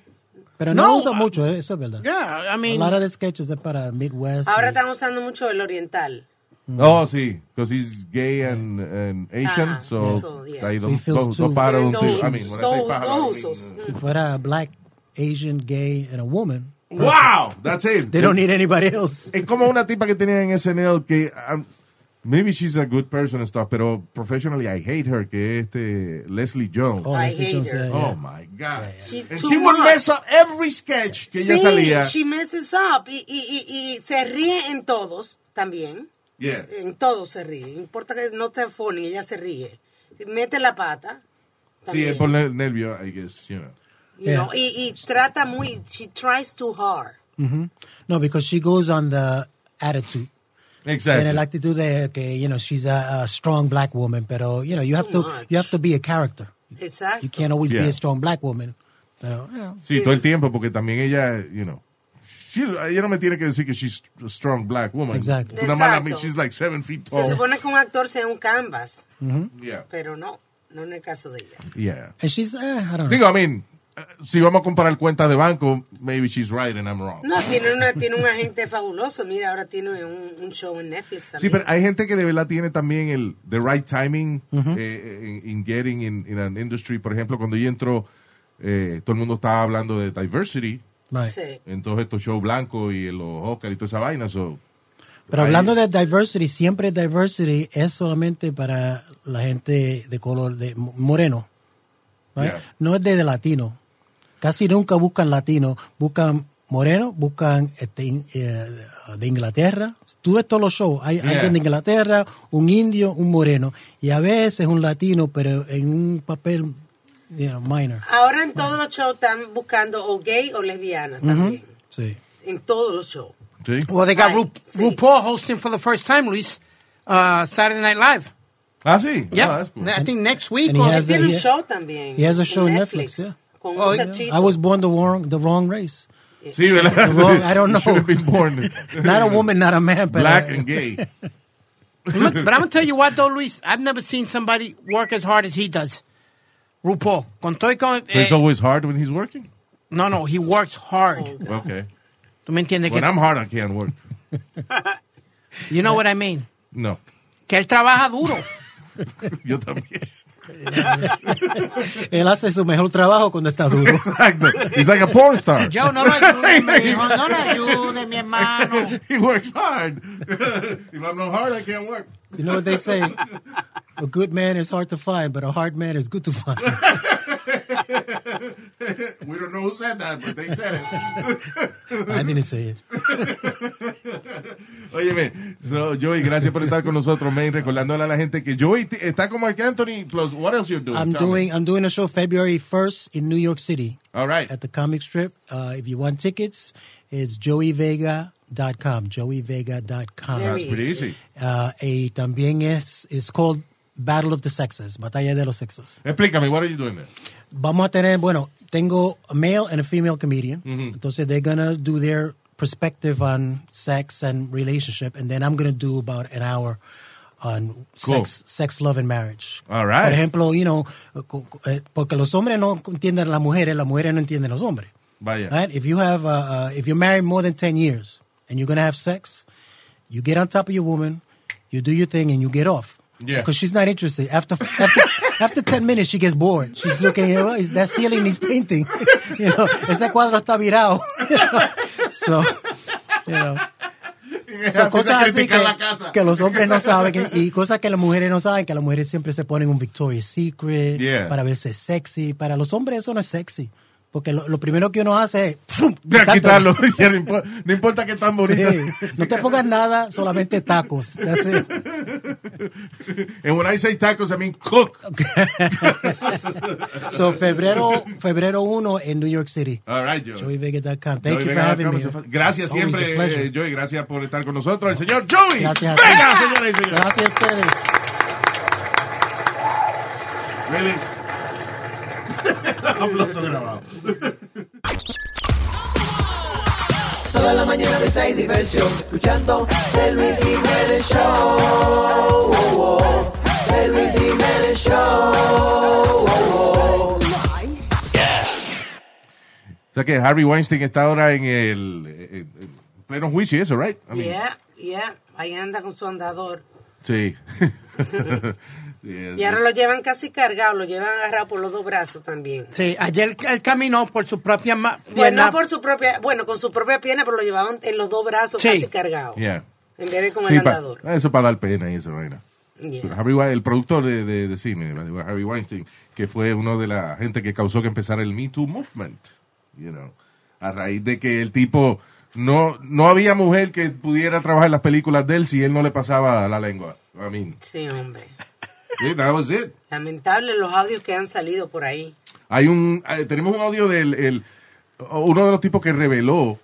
S4: Pero no,
S3: No,
S4: usa
S3: ah,
S4: mucho, eh, eso es verdad.
S3: Yeah, I
S4: A
S3: mean,
S4: lot of the sketches es para Midwest.
S6: Ahora
S4: y-
S6: están usando mucho el oriental.
S4: Mm-hmm.
S2: Oh, sí, because he's gay and, and Asian,
S6: Ajá,
S2: so,
S6: so, yeah.
S2: ahí
S4: Ah, So
S2: no,
S4: he feels
S2: no-
S4: two-
S2: no para un
S6: Dos-
S2: sí. I mean, when I say
S6: dos-
S2: pájaro, I
S6: dos
S2: mean,
S6: usos.
S2: uh,
S4: si fuera black, Asian, gay, and a woman,
S2: Wow, that's it.
S4: they don't need anybody else.
S2: es como una tipa que tenía en SNL que um, maybe she's a good person and stuff, pero professionally I hate her, que es este Leslie Jones.
S4: Oh,
S2: Oh,
S6: I
S4: Leslie
S6: hate
S4: Jones,
S6: her.
S4: yeah, yeah.
S2: my god.
S6: She's
S2: And
S6: too
S2: she would
S6: much.
S2: mess up every sketch que ella
S6: sí,
S2: salía.
S6: she messes up. Y, y, y, y se ríe en todos también.
S2: Yeah.
S4: Eh,
S6: En todos se ríe. No Importa que no te funny, ella se ríe. Mete la pata.
S2: Sí,
S6: también,
S2: es por ner- nervio, I guess, you know.
S6: you know,
S4: Yeah.
S6: y, y trata muy. She tries too hard.
S4: No, because she goes on the attitude. And la
S2: Exactly.
S4: actitud de que, you know, she's a, a strong black woman, pero, you know, you have
S6: too
S4: to,
S6: much.
S4: you have to be a character.
S6: Exacto.
S4: You can't always be
S2: Yeah.
S4: a strong black woman. Pero, you know,
S2: Sí, todo el tiempo, porque también ella, you know. She, ella no me tiene que decir que she's a strong black woman.
S4: Exacto.
S2: Una mala,
S6: Exacto.
S2: she's like seven feet tall.
S6: Se supone que un actor sea un canvas,
S2: Yeah.
S6: pero no, no en el caso de ella.
S2: Yeah.
S4: and she's, eh, I don't know.
S2: Digo, I mean, eh, si vamos a comparar cuentas de banco, maybe she's right and I'm wrong.
S6: No, tiene, una, tiene un agente fabuloso. Mira, ahora tiene un, un show en Netflix
S2: Sí,
S6: también.
S2: pero hay gente que de verdad tiene también el the right timing eh, in, in getting in, in an industry. Por ejemplo, cuando yo entro, eh, todo el mundo estaba hablando de diversity
S4: Right.
S6: Sí.
S2: en todos estos shows blancos y en los Oscars y toda esa vaina. so,
S4: Pero
S2: ahí-
S4: hablando de diversity, siempre diversity es solamente para la gente de color de mo- moreno. right?
S2: Yeah.
S4: No es de, de latino. Casi nunca buscan latino, buscan moreno, buscan este, in- eh, de Inglaterra. Tú ves todos los shows, hay
S2: Yeah.
S4: alguien de Inglaterra, un indio, un moreno y a veces un latino, pero en un papel you know, minor.
S6: Ahora en todos los shows están buscando o gay o lesbiana también.
S4: Sí.
S6: En todos los shows.
S2: Sí.
S3: well, they got
S6: Right,
S3: Ru-
S6: sí.
S3: RuPaul hosting for the first time, Luis, uh, Saturday Night Live.
S2: Ah, sí.
S3: Yeah,
S2: Ah, that's cool.
S3: I think next week.
S4: And he
S3: or-
S4: has- Yes,
S6: Tiene
S4: he-
S6: un show también.
S4: he has a
S6: en
S4: show en Netflix, yeah.
S6: Con
S3: Oh,
S6: un
S3: yeah.
S6: muchachito.
S4: I was born the wrong, the wrong race.
S2: Sí, ¿verdad? [LAUGHS]
S4: Wrong, I don't know.
S2: Should have been born
S4: [LAUGHS] Not a woman, not a man, but uh,
S2: black and gay.
S3: [LAUGHS] but I'm gonna tell you what, though, Luis, I've never seen somebody work as hard as he does. RuPaul, con todo y con-
S2: So it's
S3: eh,
S2: always hard when he's working.
S3: no, no, he works hard.
S2: Okay.
S3: ¿Tú me entiendes?
S2: When
S3: Que,
S2: I'm hard, I can't work.
S3: you know what I mean?
S2: No.
S3: Que él trabaja duro.
S2: [LAUGHS] Yo también.
S4: él hace su mejor trabajo cuando está duro.
S2: Exacto. He's like a porn star.
S3: Yo, no lo ayude, [LAUGHS] mi hijo, no lo ayude, mi hermano.
S2: [LAUGHS] He works hard. [LAUGHS] if I'm not hard, I can't work.
S4: You know what they say? A good man is hard to find, but a hard man is good
S2: [LAUGHS]
S4: to find.
S2: We don't know who said that, but they said it.
S4: I didn't say it.
S2: Óyeme, so, Joey, gracias por estar con nosotros, man, recordándole a la gente que Joey t- está con Mark Anthony, plus, what else you're doing?
S4: I'm
S2: Tell me.
S4: doing I'm doing a show February 1st in New York City
S2: All right.
S4: at the Comic Strip. Uh, if you want tickets, it's joeyvega.com.
S6: Very
S4: Joeyvega.com.
S2: That's pretty easy.
S4: Uh, y también es it's called Battle of the Sexes, Batalla de los Sexos.
S2: Explícame, what are you doing there?
S4: vamos a tener, bueno, tengo a male and a female comedian.
S2: Mm-hmm.
S4: Entonces, they're gonna do their perspective on sex and relationship, and then I'm gonna do about an hour on
S2: Cool.
S4: sex, sex, love and marriage.
S2: All right.
S4: Por ejemplo, you know, co- co- eh, porque los hombres no entienden a las mujeres, las mujeres no entienden a los hombres.
S2: [LAUGHS] Vaya.
S4: Right? If you have, uh, uh, if you're married more than 10 years and you're going to have sex, you get on top of your woman, you do your thing, and you get off.
S2: Yeah.
S4: Because she's not interested. After, after, [LAUGHS] after 10 minutes, she gets bored. She's looking, you know, is that ceiling is painting. [LAUGHS] you know, ese cuadro está virado. [LAUGHS] so, you know.
S2: Empieza
S4: Son
S2: a
S4: cosas así
S2: criticar
S4: que,
S2: la casa.
S4: que los hombres no saben que- y cosas que las mujeres no saben, que las mujeres siempre se ponen un Victoria's Secret
S2: Yeah.
S4: para verse sexy. Para los hombres eso no es sexy, porque lo, lo primero que uno hace es ¡pum!
S2: Voy a
S4: quitar
S2: quitarlo.
S4: todo.
S2: [LAUGHS] ya no, importa, no importa que tan [LAUGHS] bonito.
S4: Sí. No te pongas nada, solamente tacos. That's it.
S2: And when I say tacos, I mean cook.
S4: So, febrero, febrero 1 en New York City.
S2: All right, Joey.
S4: JoeyVega.com.
S2: Ah, Joey
S4: Thank you for
S2: Vega,
S4: having me.
S2: Carlos Zafar. Gracias
S4: Always a
S2: siempre,
S4: pleasure.
S2: eh, Joey. Gracias por estar con nosotros. El señor Joey.
S4: Gracias a ti.
S2: Vega, señoras y señores.
S4: Gracias a ustedes.
S2: Really? Aplauso grabado. O sea que Harry Weinstein está ahora en el eh, eh, pleno juicio y eso, right? I mean,
S6: Yeah, yeah. Ahí anda con su andador.
S2: Sí.
S6: [LAUGHS]
S2: [LAUGHS] Yeah.
S6: Y ahora lo llevan casi cargado, lo llevan agarrado por los dos brazos también.
S3: Sí, ayer él caminó por su propia ma-
S6: Bueno,
S3: pierna.
S6: no por su propia, bueno, con su propia pierna, pero lo llevaban en los dos brazos
S3: Sí.
S6: casi cargado.
S2: Yeah.
S6: En vez de con
S2: Sí,
S6: el
S2: pa-
S6: andador.
S2: eso para dar pena y esa vaina.
S6: Yeah.
S2: Harvey Wei- el productor de, de, de cine, Harry Weinstein, que fue uno de la gente que causó que empezara el Me Too Movement, you know, a raíz de que el tipo, no, no había mujer que pudiera trabajar en las películas de él si él no le pasaba la lengua. I mean,
S6: Sí, hombre.
S2: yeah, that was it.
S6: Lamentable los audios que han salido por ahí.
S2: Hay un, eh, tenemos un audio del el- uno de los tipos que reveló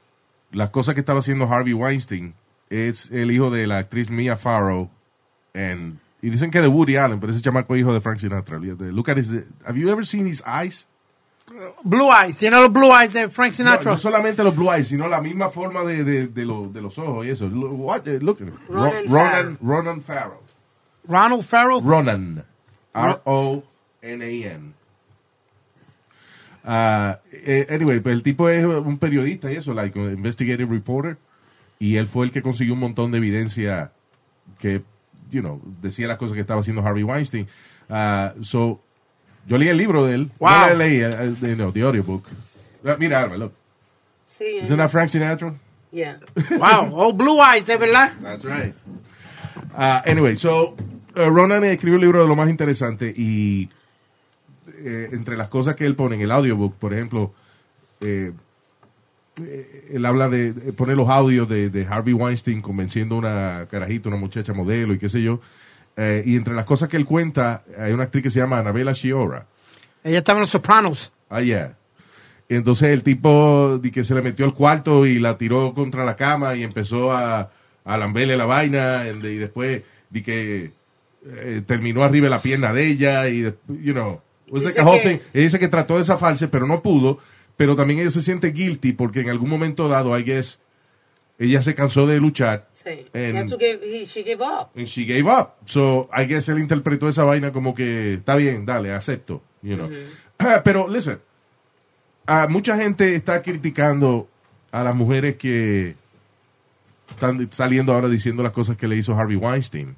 S2: las cosas que estaba haciendo Harvey Weinstein. Es el hijo de la actriz Mia Farrow. and- y dicen que de Woody Allen, pero ese chamaco es hijo de Frank Sinatra. olvídate. Look at his, have you ever seen his eyes?
S3: Blue Eyes, tiene los Blue Eyes de Frank
S2: No,
S3: Sinatra.
S2: no solamente los blue eyes, sino la misma forma de, de, de lo- de los ojos y eso. Lo- What, eh, look at him. Ro-
S6: Ronan
S2: Ronan, Ronan Farrow.
S3: Ronald Farrell.
S2: Ronan. R-O-N-A-N. Ah, eh, anyway, pues el tipo es un periodista y eso, like un investigative reporter. Y él fue el que consiguió un montón de evidencia que, you know, decía las cosas que estaba haciendo Harvey Weinstein. Ah, so, yo leí el libro de él.
S3: Wow.
S2: No lo leí, eh, eh, no, the audiobook. Ah, Mira, Alma, look.
S6: Sí.
S2: Isn't that Frank Sinatra?
S6: Yeah.
S3: Wow, oh, Blue Eyes, de verdad.
S2: That's right. Uh, anyway, so uh, Ronan escribió un libro de lo más interesante y eh, entre las cosas que él pone en el audiobook, por ejemplo, eh, eh, él habla de, eh, pone los audios de, de Harvey Weinstein convenciendo a una carajita, una muchacha modelo y qué sé yo. Eh, y entre las cosas que él cuenta, hay una actriz que se llama Anabella Shiora.
S3: Ella estaba en Los Sopranos.
S2: Ah, yeah. Entonces el tipo di que se le metió al cuarto y la tiró contra la cama y empezó a, a lamberle la vaina and- y después di que eh, terminó arriba de la pierna de ella y de- you know, was like
S6: Dice
S2: a whole
S6: que-
S2: thing. Ella dice que trató de zafarse pero no pudo, pero también ella se siente guilty porque en algún momento dado I guess ella se cansó de luchar
S6: Sí. She, had
S2: and,
S6: to give, he- she gave up.
S2: and she gave up. So I guess él interpretó esa vaina como que está bien, dale, acepto, you know. [CLEARS THROAT] Pero listen, a mucha gente está criticando a las mujeres que están saliendo ahora diciendo las cosas que le hizo Harvey Weinstein.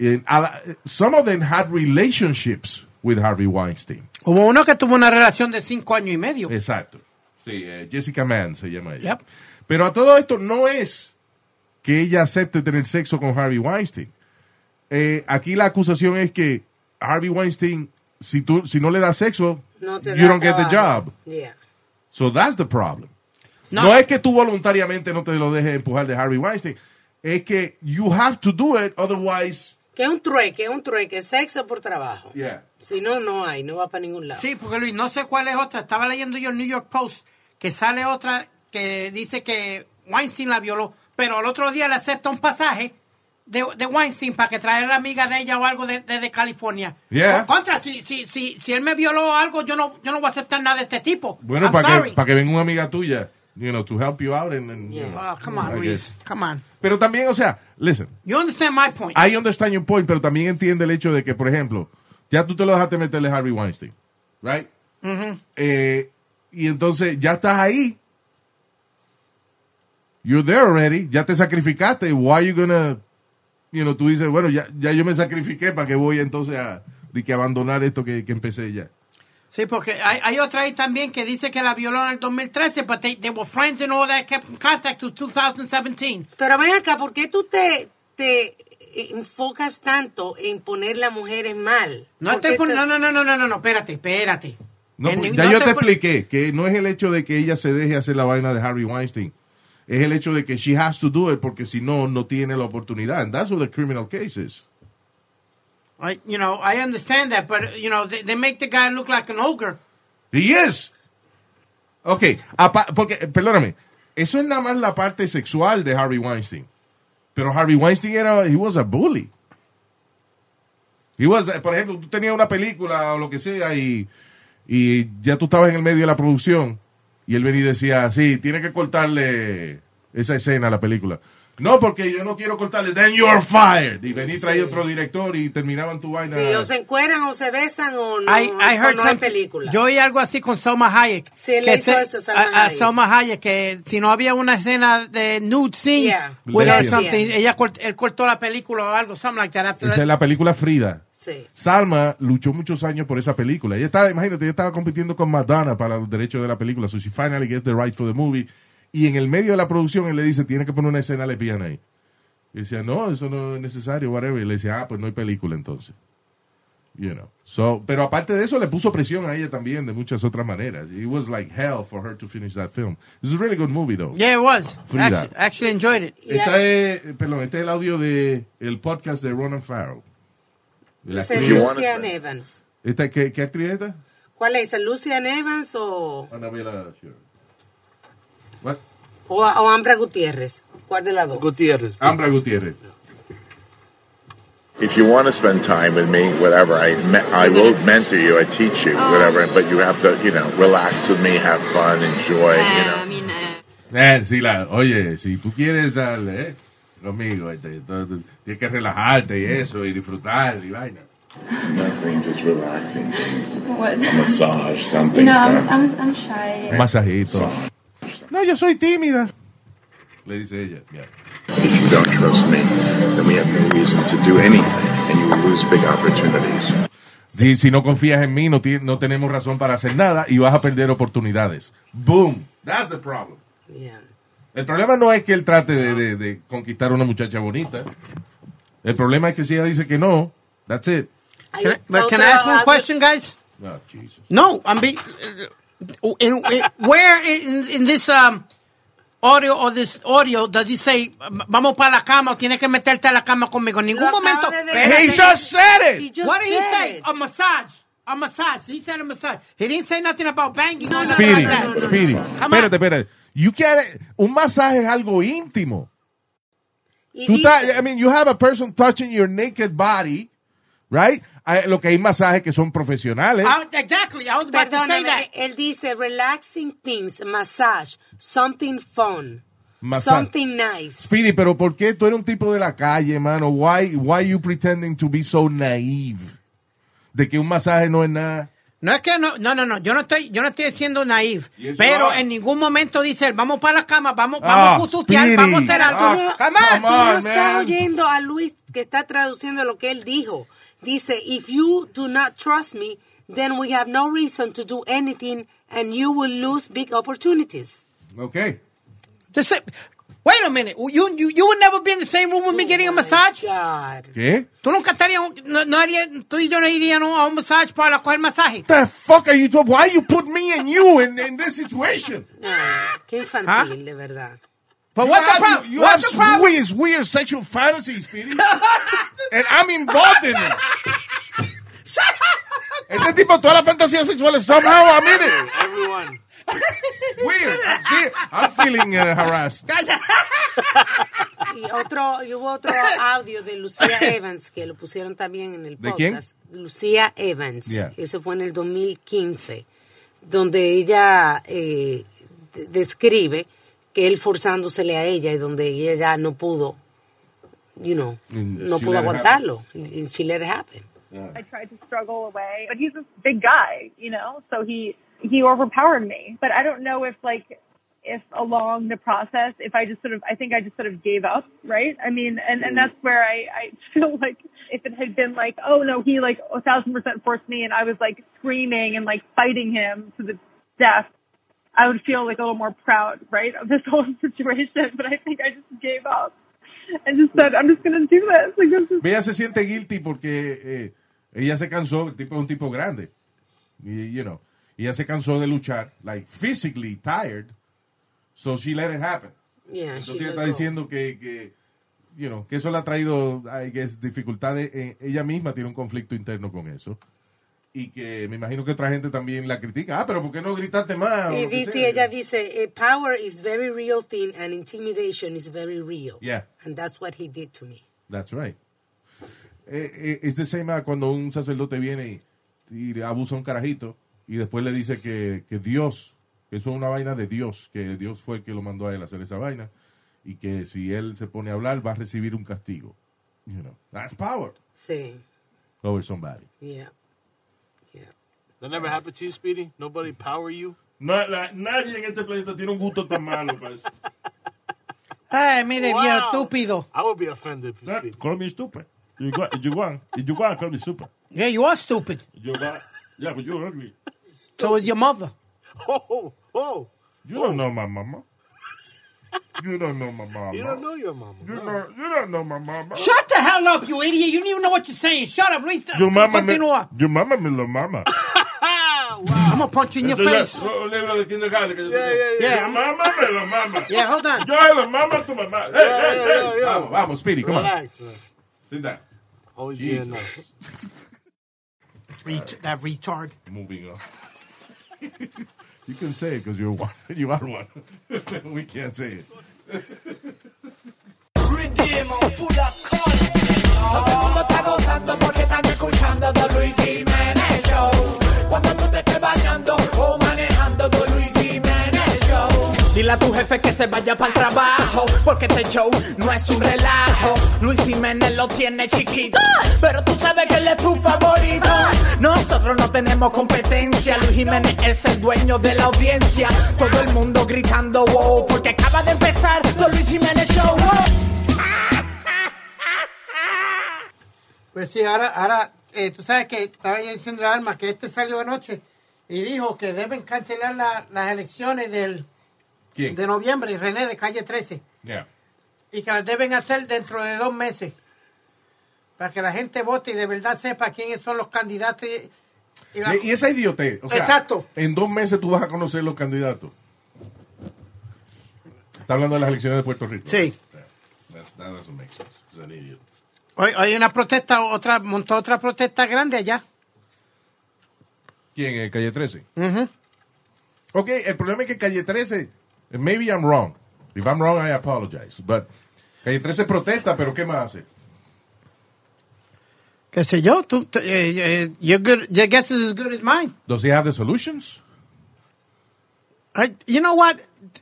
S2: And a la- some of them had relationships with Harvey Weinstein.
S3: Hubo uno que tuvo una relación de cinco años y medio.
S2: Exacto. Sí, eh, Jessica Mann se llama ella.
S3: Yep.
S2: Pero a todo esto no es que ella acepte tener sexo con Harvey Weinstein. Eh, aquí la acusación es que Harvey Weinstein, si, tú, si no le das sexo,
S6: No te
S2: you
S6: da
S2: don't get the
S6: trabajo.
S2: job.
S6: Yeah.
S2: So that's the problem. No.
S3: No.
S2: es que tú voluntariamente no te lo dejes empujar de Harvey Weinstein. Es que you have to do it, otherwise...
S6: Que es un trueque, es un trueque, sexo por trabajo.
S2: Yeah.
S6: Si no, no hay, no va para ningún lado.
S3: Sí, porque Luis, no sé cuál es otra. Estaba leyendo yo el New York Post que sale otra que dice que Weinstein la violó, pero al otro día le acepta un pasaje de, de Weinstein para que traiga a la amiga de ella o algo de, de- de California.
S2: Yeah.
S3: Con- Contra, si, si, si, si él me violó algo, yo no, yo no voy a aceptar nada de este tipo.
S2: Bueno,
S3: I'm
S2: para que,
S3: sorry.
S2: pa' que venga una amiga tuya, you know, to help you out. And, and, you
S6: Yeah.
S2: know,
S3: Oh, come
S2: I
S3: on, Luis.
S2: guess.
S3: Come on.
S2: Pero también, o sea, listen,
S3: You understand my point?
S2: I understand your point, pero también entiende el hecho de que, por ejemplo, ya tú te lo dejaste meterle a Harvey Weinstein, right? Eh, y entonces ya estás ahí. You're there already. Ya te sacrificaste. Why are you gonna, you know, tú dices, bueno, ya, ya yo me sacrifiqué, ¿para que voy entonces a, de que abandonar esto que, que empecé ya?
S3: Sí, porque hay, hay otra ahí también que dice que la violó en el 2013, but they, they were friends and all that, kept in contact till 2017.
S6: Pero ven acá, ¿por qué tú te, te enfocas tanto en ponerle a mujeres mal?
S3: No
S6: ¿Por qué
S3: estoy pon-
S6: te-
S3: no, no, no, no, no, no, no, espérate, espérate.
S2: No,
S3: En-
S2: pues,
S3: no
S2: ya yo
S3: estoy
S2: te
S3: pon-
S2: expliqué que no es el hecho de que ella se deje hacer la vaina de Harry Weinstein. Es el hecho de que she has to do it porque si no, no tiene la oportunidad. And that's what the criminal case is.
S3: I, you know, I understand that, but, you know, they, they make the guy look like an ogre.
S2: He is. Ok, apa- porque, eh, perdóname, eso es nada más la parte sexual de Harry Weinstein. Pero Harry Weinstein era, he was a bully. He was, eh, por ejemplo, tú tenías una película o lo que sea y, y ya tú estabas en el medio de la producción y él venía y decía, sí, tiene que cortarle esa escena a la película. No, porque yo no quiero cortarle, then you're fired. Y venía y traía otro director y terminaban tu vaina.
S6: Sí, o se encueran o se besan o no,
S3: I, I heard
S6: o no hay
S3: some-
S6: película.
S3: Yo oí algo así con Selma Hayek.
S6: Sí, le
S3: Que
S6: hizo eso a Salma
S3: a- a
S6: Hayek.
S3: Salma Hayek, que si no había una escena de nude scene,
S6: Yeah.
S3: with her
S2: Lesbian.
S3: something, ella cort- él cortó la película o algo, something like that. after
S2: Esa
S3: that.
S2: es la película Frida.
S6: sí.
S2: Salma luchó muchos años por esa película. Ella estaba, imagínate, ella estaba compitiendo con Madonna para los derechos de la película. So she finally gets the right for the movie. Y en el medio de la producción él le dice, tiene que poner una escena lesbiana ahí. Y decía, no, eso no es necesario, whatever. Y le decía, ah, pues no hay película entonces. You know. So, pero aparte de eso, le puso presión a ella también de muchas otras maneras. It was like hell for her to finish that film. It's a really good movie, though.
S3: Yeah, it was.
S2: Frida.
S3: Actually, actually enjoyed it.
S2: Esta es, perdón, este es el audio de el podcast de Ronan Farrell. De la
S6: Dice
S2: actriz-
S6: Lucian Evans.
S2: Esta- ¿qué, ¿Qué actriz es esta?
S6: ¿Cuál es? ¿Lucian Evans o,
S2: Anabela Shearer. What?
S6: o, o Ambra Gutiérrez? ¿Cuál de las dos?
S7: Gutiérrez.
S2: Ambra Gutiérrez.
S8: If you want to spend time with me, whatever, I me- I will mentor you, I teach you, whatever, but you have to, you know, relax with me, have fun, enjoy, you know.
S2: Eh, sí, la, oye, si tú quieres darle, eh, conmigo, este, entonces, tienes que relajarte y eso, y disfrutar y vaina.
S8: Nothing, just relaxing things. A massage, something. No,
S2: Un masajito. No, yo soy tímida. Le dice ella. ya.
S8: If you don't trust me, then we have no reason to do anything, and you will lose big opportunities.
S2: Si, si no confías en mí, no, ti- no tenemos razón para hacer nada y vas a perder oportunidades. Boom. That's the problem.
S6: Yeah.
S2: El problema no es que él trate de, de- de conquistar a una muchacha bonita. El problema es que si ella dice que no, that's it.
S6: Hay
S3: Can I, but can I
S6: otra-
S3: ask one question, guys?
S2: Oh, Jesus.
S3: No, I'm be. uh, In, in, where in, in this um, audio or this audio does he say vamos para la cama o tienes que meterte a la cama conmigo? En ningún
S6: Lo acaba
S3: momento.
S6: de
S2: He
S6: decir.
S2: just said
S6: He
S2: it.
S6: just
S3: What did he
S6: said
S3: say?
S6: it.
S3: A massage. A massage. He said a massage. He didn't say nothing about banging.
S6: No,
S3: or
S6: no,
S3: nothing
S2: Speedy,
S6: no,
S3: like
S6: no,
S3: that.
S6: no.
S2: Speedy.
S3: Come on.
S2: Espérate, espérate. You can't- un masaje es algo íntimo.
S6: Y
S2: Tú
S6: dice-
S2: estás, I mean, you have a person touching your naked body, right? Ah, Lo que hay masajes que son profesionales.
S6: Ah.
S3: I was- Ah, exactly. I was about to say
S6: Perdóname,
S3: that.
S6: él dice relaxing things, massage, something fun,
S2: Massage.
S6: something nice.
S2: Speedy, pero ¿por qué tú eres un tipo de la calle, mano? Why, why you pretending to be so naive? De que un masaje no es nada.
S3: No es que no, no, no, no, yo no estoy, yo no estoy siendo naive,
S2: Yes, you
S3: pero
S2: are.
S3: en ningún momento dice, él, vamos para la cama, vamos,
S2: Ah,
S3: vamos a cututear,
S2: Speedy.
S3: vamos a hacer algo.
S2: Ah,
S3: Come on.
S2: come
S6: Tú
S2: on,
S6: no estás
S2: man.
S6: oyendo a Luis que está traduciendo lo que él dijo. Dice, if you do not trust me, then we have no reason to do anything and you will lose big opportunities.
S2: Okay.
S3: Just say- wait a minute, you, you, you would never be in the same room with me getting a massage.
S6: God.
S2: ¿Qué?
S3: Tú nunca estarías, un- no, no haría- tú y yo no iríamos a un massage para coger masaje.
S2: What the fuck are you talking? Why you put me and you in, in this situation?
S6: Ay, qué infantil, de verdad.
S3: But
S2: You
S3: what's the
S2: have-
S3: problem?
S2: You
S3: What's the
S2: have
S3: problem?
S2: weird, weird sexual fantasies, Speedy. and I'm involved in it. Este tipo, todas las fantasías sexuales, somehow I'm in it.
S7: Everyone.
S2: [LAUGHS] Weird. See, I'm feeling uh, harassed.
S6: Y otro, y hubo otro audio
S2: [COUGHS]
S6: de Lucía Evans que lo pusieron también en el
S2: ¿De
S6: podcast.
S2: quién?
S6: Lucía Evans.
S2: Yeah.
S6: Ese fue en el 2015, donde ella eh, de- describe que él forzándosele a ella y donde ella ya no pudo you know,
S2: And
S6: no
S2: she
S6: pudo
S2: let it
S6: aguantarlo. And she let it happen.
S9: I tried to struggle away, but he's a big guy, you know, so he he overpowered me. But I don't know if like if along the process, if I just sort of, I think I just sort of gave up, right? I mean, and and that's where I I feel [LAUGHS] like if it had been like, oh no, he like a thousand percent forced me, and I was like screaming and like fighting him to the death. I would feel like a little more proud, right, of this [LAUGHS] whole situation. But I think I just gave up and just said, I'm just going to do this. Like, this is
S2: Ella se siente guilty porque eh, ella se cansó, el tipo es un tipo grande. Y, you know, ella se cansó de luchar, like physically tired, so she let it happen.
S6: Yeah, she
S2: Entonces ella
S6: let
S2: está
S6: go.
S2: diciendo que, que, you know, que eso le ha traído, I guess, dificultades. Eh, ella misma tiene un conflicto interno con eso. Y que me imagino que otra gente también la critica. Ah, pero ¿por qué no gritaste más? O
S6: Y
S2: lo que sea.
S6: dice, ella dice, "Eh, power is very real thing and intimidation is very real.
S2: Yeah.
S6: And that's what he did to me.
S2: That's right. Eh, eh, Es the same as cuando un sacerdote viene y, y abusa a un carajito y después le dice que, que Dios, que eso es una vaina de Dios, que Dios fue el que lo mandó a él a hacer esa vaina y que si él se pone a hablar va a recibir un castigo. You know, that's power
S6: Sí,
S2: over somebody.
S6: yeah.
S7: That never happened to you, Speedy? Nobody power you?
S5: No, la- nadie en este planeta tiene un gusto
S3: [LAUGHS]
S5: tan malo para eso.
S3: Ay, mire,
S7: Wow.
S3: viejo estúpido.
S7: I would be offended. [LAUGHS] if you
S5: No,
S7: Speedy.
S5: call me stupid. You go, you want, you want, call me stupid.
S3: Yeah, you are stupid.
S5: You want, yeah, but you're ugly.
S3: So is your mother.
S7: Oh, oh.
S5: You don't know my mama. You don't know my mama.
S7: You don't know your mama.
S5: You don't, you don't know my mama.
S3: Shut the hell up, you idiot. You don't even know what you're saying. Shut up, Luis.
S5: Your mama, me,
S3: Continua.
S5: your mama, me lo mama.
S3: I'm going to punch you in your face.
S5: Yeah,
S3: Yeah,
S5: Your
S3: I'm-
S5: mama, me lo mama.
S3: Yeah, hold on.
S5: Yo era mama tu Eh, mamá. Hey, hey, hey.
S2: Vamos, vamos, Speedy, come on.
S7: Relax, man.
S2: Sit down.
S7: Always be
S2: Jesus.
S7: enough.
S3: Ret- that retard.
S2: Moving on. [LAUGHS] you can say it because you're one. [LAUGHS] You are one. We can't say it.
S10: Dile a tu jefe que se vaya para el trabajo, porque este show no es un relajo. Luis Jiménez lo tiene chiquito, pero tú sabes que él es tu favorito. Nosotros no tenemos competencia, Luis Jiménez es el dueño de la audiencia. Todo el mundo gritando wow, porque acaba de empezar The Luis Jiménez Show. wow.
S3: Pues sí, ahora, ahora eh, tú sabes que estaba yo diciendo a Alma que este salió anoche y dijo que deben cancelar la- las elecciones del,
S2: ¿Quién?
S3: de noviembre, René de calle 13,
S2: Yeah.
S3: y que las deben hacer dentro de dos meses para que la gente vote y de verdad sepa quiénes son los candidatos. Y, y la-
S2: Eh, Y esa idiotez. O sea,
S3: Exacto.
S2: En dos meses tú vas a conocer los candidatos. Está hablando de las elecciones de Puerto Rico.
S3: Sí.
S2: That's- that doesn't make sense. It's an idiot.
S3: Hoy, hoy hay una protesta, otra montó otra protesta grande allá.
S2: ¿Quién? ¿El Calle 13? Ok, el problema es que Calle 13, maybe I'm wrong. If I'm wrong, I apologize. But Calle 13 protesta, pero ¿qué más hace?
S3: ¿Qué sé yo? Tú, tú- eh, eh, your, good- your guess is as good as mine.
S2: Does he have the solutions?
S3: Ay, you know what?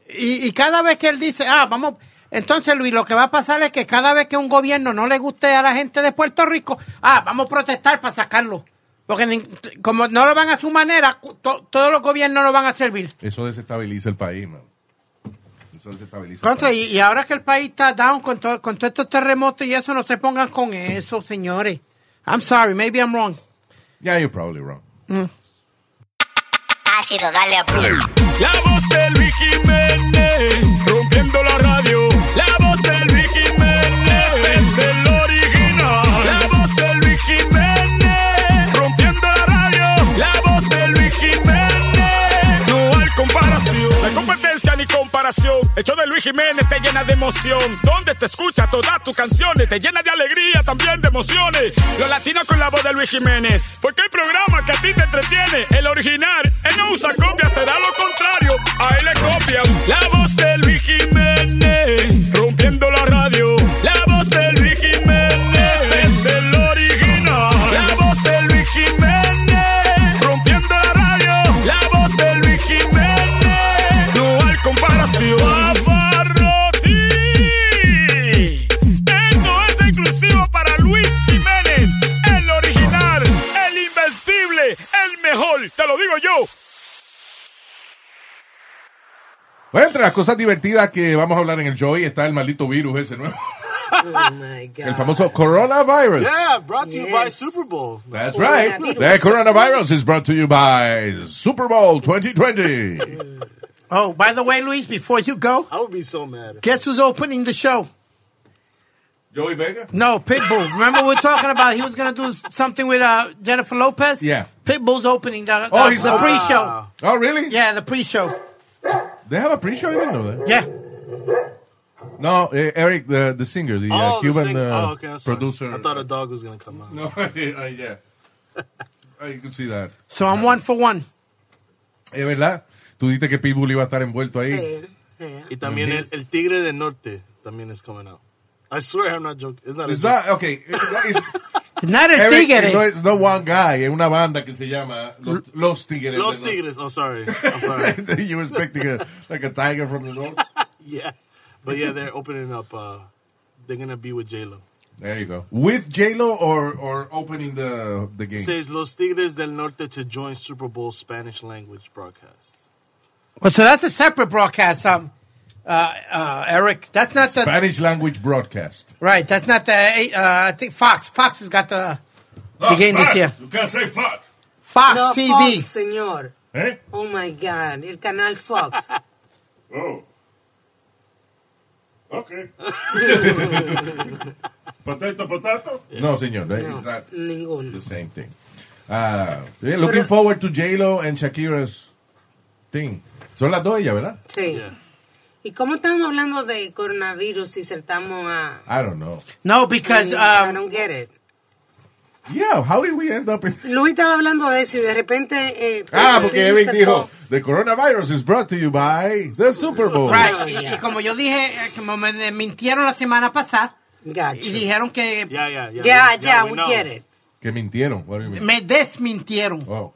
S3: Y, y cada vez que él dice, ah, vamos. Entonces, Luis, lo que va a pasar es que cada vez que un gobierno no le guste a la gente de Puerto Rico, ah, vamos a protestar para sacarlo. Porque ni- como no lo van a su manera, cu- to- todos los gobiernos no van a servir.
S2: Eso desestabiliza el país, man. Eso desestabiliza
S3: Contra,
S2: el
S3: y,
S2: país.
S3: y ahora que el país está down con, to- con todos estos terremotos y eso, no se pongan con eso, señores. I'm sorry, maybe I'm wrong.
S2: Yeah, you're probably wrong.
S11: Ácido, dale a play.
S12: La voz del Luis Jiménez, rompiendo la radio. La voz del Luis Jiménez, es el original. La voz del Luis Jiménez, rompiendo la radio. La voz del Luis Jiménez, no hay comparación.
S13: No hay competencia ni comparación. El show de Luis Jiménez te llena de emoción. Donde te escucha todas tus canciones, te llena de alegría, también de emociones. Los latinos con la voz de Luis Jiménez. Porque hay programa que a ti te entretiene. El original, él no usa copia, será lo contrario. A él le copian. La voz de Luis Jiménez, rompiendo la radio. La voz de Luis Jiménez, es el original. La voz de Luis Jiménez, rompiendo la radio. La voz de Luis Jiménez, no hay comparación. Pavarotti, esto es el
S2: Bueno, entre las cosas divertidas que vamos a hablar en el show hoy está el maldito virus ese nuevo.
S13: [LAUGHS]
S6: Oh my God.
S2: El famoso coronavirus.
S7: Yeah, brought to you by Super Bowl.
S2: That's right. The coronavirus is brought to you by Super Bowl
S7: [LAUGHS]
S2: 2020.
S3: Oh, by the way, Luis, before you go,
S7: I would be so mad.
S3: guess who's opening the show?
S2: Joey Vega?
S3: No, Pitbull. Remember we were talking about he was going to do s- something with uh, Jennifer Lopez?
S2: Yeah.
S3: Pitbull's opening the, the,
S2: Oh, he's
S3: the
S2: opening-
S3: pre-show.
S2: Oh, really?
S3: Yeah, the pre-show.
S2: They have a pre-show, you know that?
S3: Yeah.
S2: No, eh, Eric, the, the singer, the uh,
S7: the
S2: Cuban
S7: singer.
S2: uh,
S7: oh, okay, I'm sorry.
S2: producer. uh,
S7: I
S2: [LAUGHS]
S7: thought a dog was gonna come out.
S2: No, [LAUGHS] yeah. Oh, you could see that.
S3: So I'm one for one.
S2: Es verdad. Tú dijiste que Pitbull iba a estar envuelto ahí.
S7: Y también el, el tigre del norte también is coming out. I swear I'm not joking. It's not.
S2: It's
S7: a joke.
S2: not, okay. eh, It's,
S3: not
S7: [LAUGHS] el tigre.
S2: eh, No, it's not one guy. Es una banda que se llama Los, Los Tigres.
S7: Los
S2: del
S7: tigres. Oh, sorry.
S2: [LAUGHS]
S7: I'm sorry.
S2: Norte. you expecting a, like a tiger from the north?
S7: yeah, but yeah, they're opening up. Uh, they're gonna be with J Lo.
S2: There you go. With J-Lo or, or opening the, the game?
S7: Says Los Tigres del Norte to join Super Bowl Spanish language broadcast.
S3: Well, so that's a separate broadcast, um, uh, uh, Eric. That's not the...
S2: Spanish language broadcast.
S3: Right, that's not the... Uh, I think Fox. Fox has got the,
S2: Ah,
S3: the game this year.
S5: Ah, You can't say fuck.
S3: Fox
S6: no,
S3: TV.
S6: Fox, señor.
S5: ¿Eh?
S6: Oh my God. El canal Fox.
S5: Oh.
S2: [LAUGHS]
S5: Okay. potato, potato.
S2: No, señor. eh,
S6: No,
S2: It's not
S6: ninguno.
S2: the same thing. Uh, yeah, looking forward to J-Lo and Shakira's thing. Son las dos ellas, ¿verdad?
S6: Sí. ¿Y cómo estamos hablando de coronavirus si saltamos a...
S2: I don't know.
S3: No, because... um,
S6: I don't get it.
S2: Yeah, how did we end up in...
S6: Luis estaba hablando de eso y de repente... eh,
S2: Ah,
S6: Luis
S2: porque Eric
S6: saltó.
S2: dijo, the coronavirus is brought to you by the Super Bowl.
S3: Right. Y, y como yo dije, eh, como me me mintieron la semana pasada, y dijeron que...
S7: Yeah, yeah, yeah.
S3: Ya,
S7: We-
S3: ya, we
S7: know.
S3: get it.
S2: Que mintieron. What do you mean?
S3: Me desmintieron.
S2: Oh.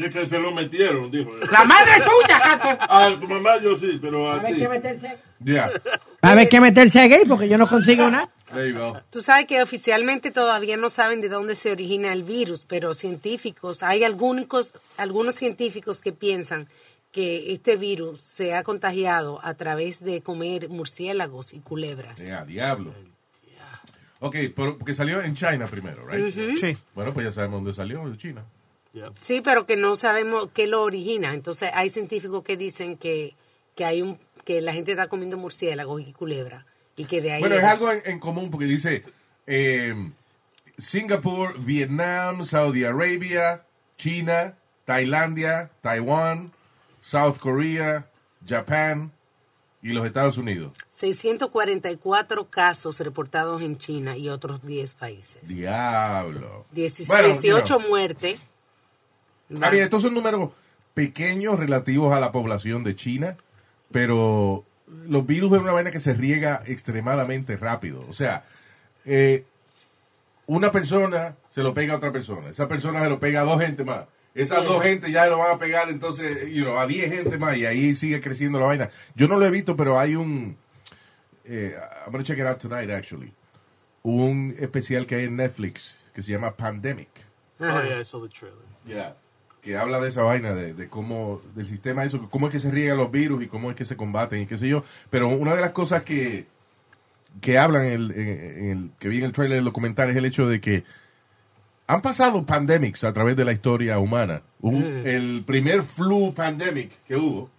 S5: Y que se lo metieron, dijo.
S3: ¡La madre suya, Cato!
S5: A tu mamá yo sí, pero a,
S6: A ver,
S5: ti.
S6: ¿qué meterse?
S2: Yeah.
S11: A ver qué meterse a gay porque yo no consigo nada.
S2: There you go.
S6: Tú sabes que oficialmente todavía no saben de dónde se origina el virus, pero científicos, hay algunos, algunos científicos que piensan que este virus se ha contagiado a través de comer murciélagos y culebras.
S2: Yeah, diablo. Ok, pero- porque salió en China primero, right?
S6: Ujú. Sí.
S2: Bueno, pues ya sabemos dónde salió, de China.
S6: Sí, pero que no sabemos qué lo origina. Entonces hay científicos que dicen que, que hay un que la gente está comiendo murciélagos y culebra y que de ahí
S2: Bueno, es algo en, en común porque dice eh, Singapur, Vietnam, Saudi Arabia, China, Tailandia, Taiwán, South Korea, Japón y los Estados Unidos.
S6: 644 casos reportados en China y otros 10 países.
S2: Diablo.
S6: Dieci-
S2: Bueno, Ah,
S6: 18
S2: you know.
S6: muertes.
S2: A ver, estos son números pequeños relativos a la población de China, pero los virus es una vaina que se riega extremadamente rápido. O sea, eh, una persona se lo pega a otra persona, esa persona se lo pega a dos gente más. Esas
S13: Sí.
S2: dos gente ya lo van a pegar entonces you know, a 10 gente más y ahí sigue creciendo la vaina. Yo no lo he visto, pero hay un... Eh, I'm going to check it out tonight, actually. Un especial que hay en Netflix que se llama Pandemic
S7: Oh yeah, I saw the trailer.
S2: Yeah. que habla de esa vaina, de, de cómo, del sistema, eso, cómo es que se riegan los virus y cómo es que se combaten y qué sé yo. Pero una de las cosas que, que hablan, en el, en- en el- que vi en el trailer del documental, es el hecho de que han pasado pandemics a través de la historia humana. Hubo
S13: Mm.
S2: El primer flu pandemic que hubo,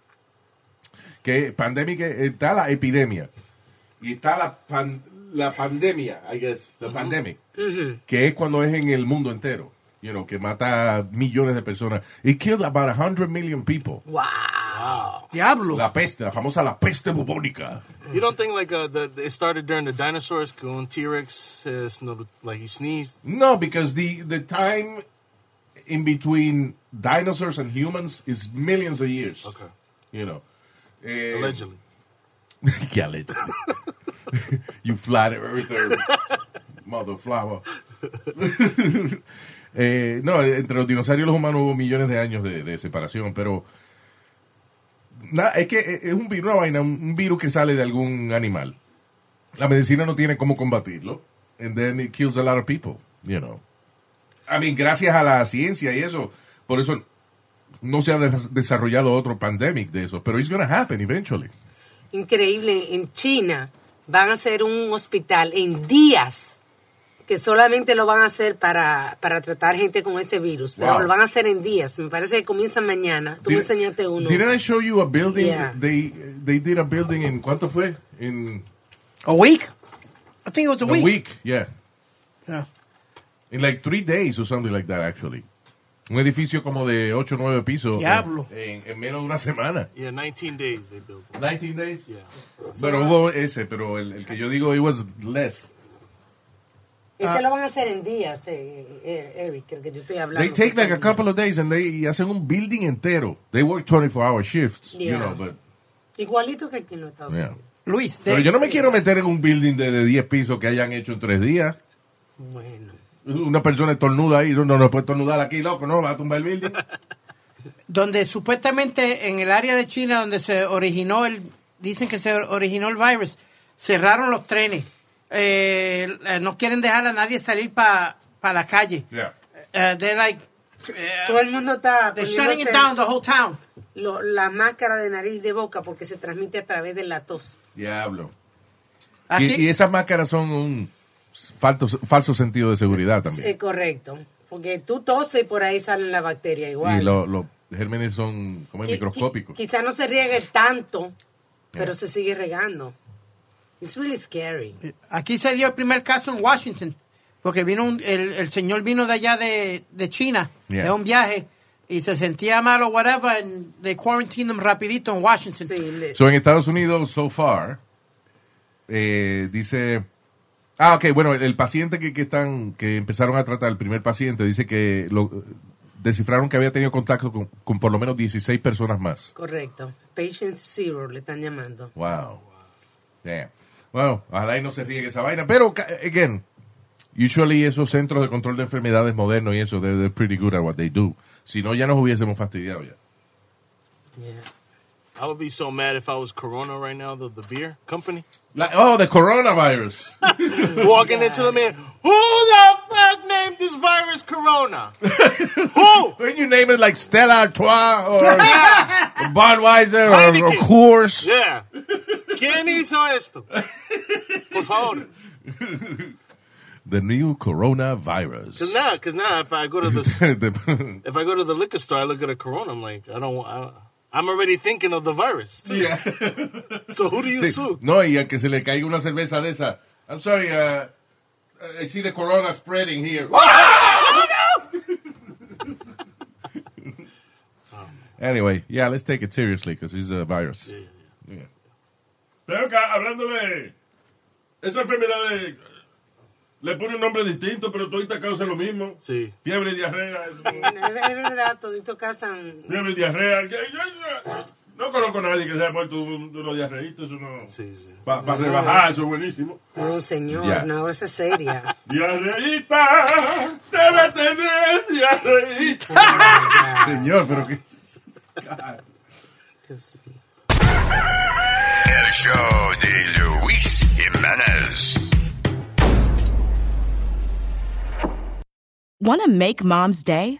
S2: que pandemic eh, está la epidemia y está la, pan- la pandemia, I guess, la pandemic que es cuando es en el mundo entero, you know, que mata millones de personas. It killed about 100 million people.
S6: Wow.
S2: Diablo. La peste, la famosa la peste bubónica.
S7: You don't think like uh, the, the- it started during the dinosaurs? When T Rex says no, like he sneezed.
S2: No, because the the time in between dinosaurs and humans is millions of years. Okay. You know. Eh,
S7: Allegedly.
S2: [LAUGHS] Qué allegedly. you flat earther, mother flower. [LAUGHS] Eh, no, entre los dinosaurios y los humanos hubo millones de años de, de separación, pero na- es que eh, es un virus, una vaina, un virus que sale de algún animal. La medicina no tiene cómo combatirlo, and then it kills a lot of people, you know. I mean, gracias a la ciencia y eso, por eso no se ha des- desarrollado otro pandemic de eso, pero it's gonna happen eventually.
S6: Increíble, en China van a hacer un hospital en días que solamente lo van a hacer para, para tratar gente con este virus, pero
S2: Wow.
S6: lo van a hacer en días. Me parece que comienza mañana. Tú me
S2: Did-
S6: enseñaste uno.
S2: Didn't I show you a building?
S6: Yeah.
S2: They they did a building in ¿cuánto fue? In
S3: a week. I think it was a Ah, week.
S2: yeah.
S3: Yeah.
S2: In like three days or something like that actually. Un edificio como de 8 o 9 pisos.
S7: Diablo.
S2: En, en menos de una semana.
S7: Yeah, 19 days they built.
S2: 19 days?
S7: Yeah.
S2: Pero hubo ese, pero el, el que yo digo, it was less.
S6: Este lo van a hacer en días, eh, eh, Eric, el que yo estoy hablando.
S2: They take like a couple of days and they y hacen un building entero. They work 24 hour shifts, you
S6: Yeah.
S2: know, but
S6: Igualito que aquí en los Estados
S2: yeah.
S6: Unidos.
S3: Luis,
S2: Pero yo no me quiero meter en un building de, de 10 pisos que hayan hecho en 3 días.
S6: Bueno.
S2: Una persona estornuda ahí, no, no, no puede estornudar aquí, loco, no, va a tumbar el building.
S3: donde supuestamente en el área de China donde se originó el dicen que se originó el virus cerraron los trenes Eh, eh, no quieren dejar a nadie salir para la calle
S2: Yeah.
S3: Eh, they're like eh,
S6: Todo el mundo está.
S3: They're
S6: poniéndose
S3: shutting it down, the whole town.
S6: lo- la máscara de nariz y de boca porque se transmite a través de la tos.
S2: Diablo.
S6: Aquí-
S2: Y, y esas máscaras son un falto, falso sentido de seguridad también.
S6: Sí, correcto. Porque tú toses y por ahí salen las bacterias igual.
S2: Y lo- los gérmenes son como
S6: Qui-
S2: microscópicos.
S6: Quizá no se riegue tanto, pero
S2: Yeah.
S6: se sigue regando. It's really scary.
S3: aquí se dio el primer caso en Washington porque vino un- el, el señor vino de allá de, de China
S6: Yeah.
S3: de un viaje y se sentía mal o whatever and they quarantined them rapidito en Washington
S2: So, en Estados Unidos, so far, eh, dice... Ah, ok, bueno, el, el paciente que, que están, que empezaron a tratar, el primer paciente, dice que lo, descifraron que había tenido contacto con, con por lo menos 16 personas más.
S6: Correcto. Patient Zero le están llamando.
S2: Wow. Damn. Bueno, ojalá y no se riegue esa vaina. Pero, ca- again, usually esos centros de control de enfermedades modernos y eso, they're, they're pretty good at what they do. Si no, ya nos hubiésemos fastidiado ya.
S7: I would be so mad if I was Corona right now, the, the beer
S3: [LAUGHS]
S7: company.
S2: Like, oh, the coronavirus.
S7: Walking into the man, who the fuck named this
S3: [LAUGHS]
S7: virus Corona? Who?
S2: When you name it like Stella Artois or Budweiser or, or
S7: Heineken.
S2: Coors.
S7: Yeah. ¿Quién hizo esto? Por favor.
S2: The new coronavirus.
S7: Cause now, cause now, if I go to
S2: [LAUGHS]
S7: the
S2: The-
S7: if I go to the liquor store, I look at a Corona. I'm like, I don't. I, I'm already thinking of the virus.
S2: Yeah.
S7: so who do you sue?
S2: no, y al que se le caiga una cerveza de esa. I'm sorry, uh, I see the corona spreading here.
S5: [LAUGHS] Oh,
S2: [LAUGHS] Anyway, yeah, let's take it seriously because it's a virus. Yeah.
S5: Pero acá, hablando de esa enfermedad de- le pone un nombre distinto, pero todita causa lo mismo.
S7: Sí.
S5: Fiebre, diarrea, eso.
S6: Es verdad, todito casan.
S5: fiebre, diarrea. Yo, yo- yo no conozco a nadie que se haya muerto de un- de unos diarreitos, eso no. Para
S6: No.
S5: rebajar, eso es buenísimo.
S6: No, señor,
S5: Ya.
S6: no, esa es seria.
S5: Diarreíta, debe tener diarreíta.
S2: Señor, pero que.
S1: El show de Luis Jiménez.
S14: Want to make mom's day?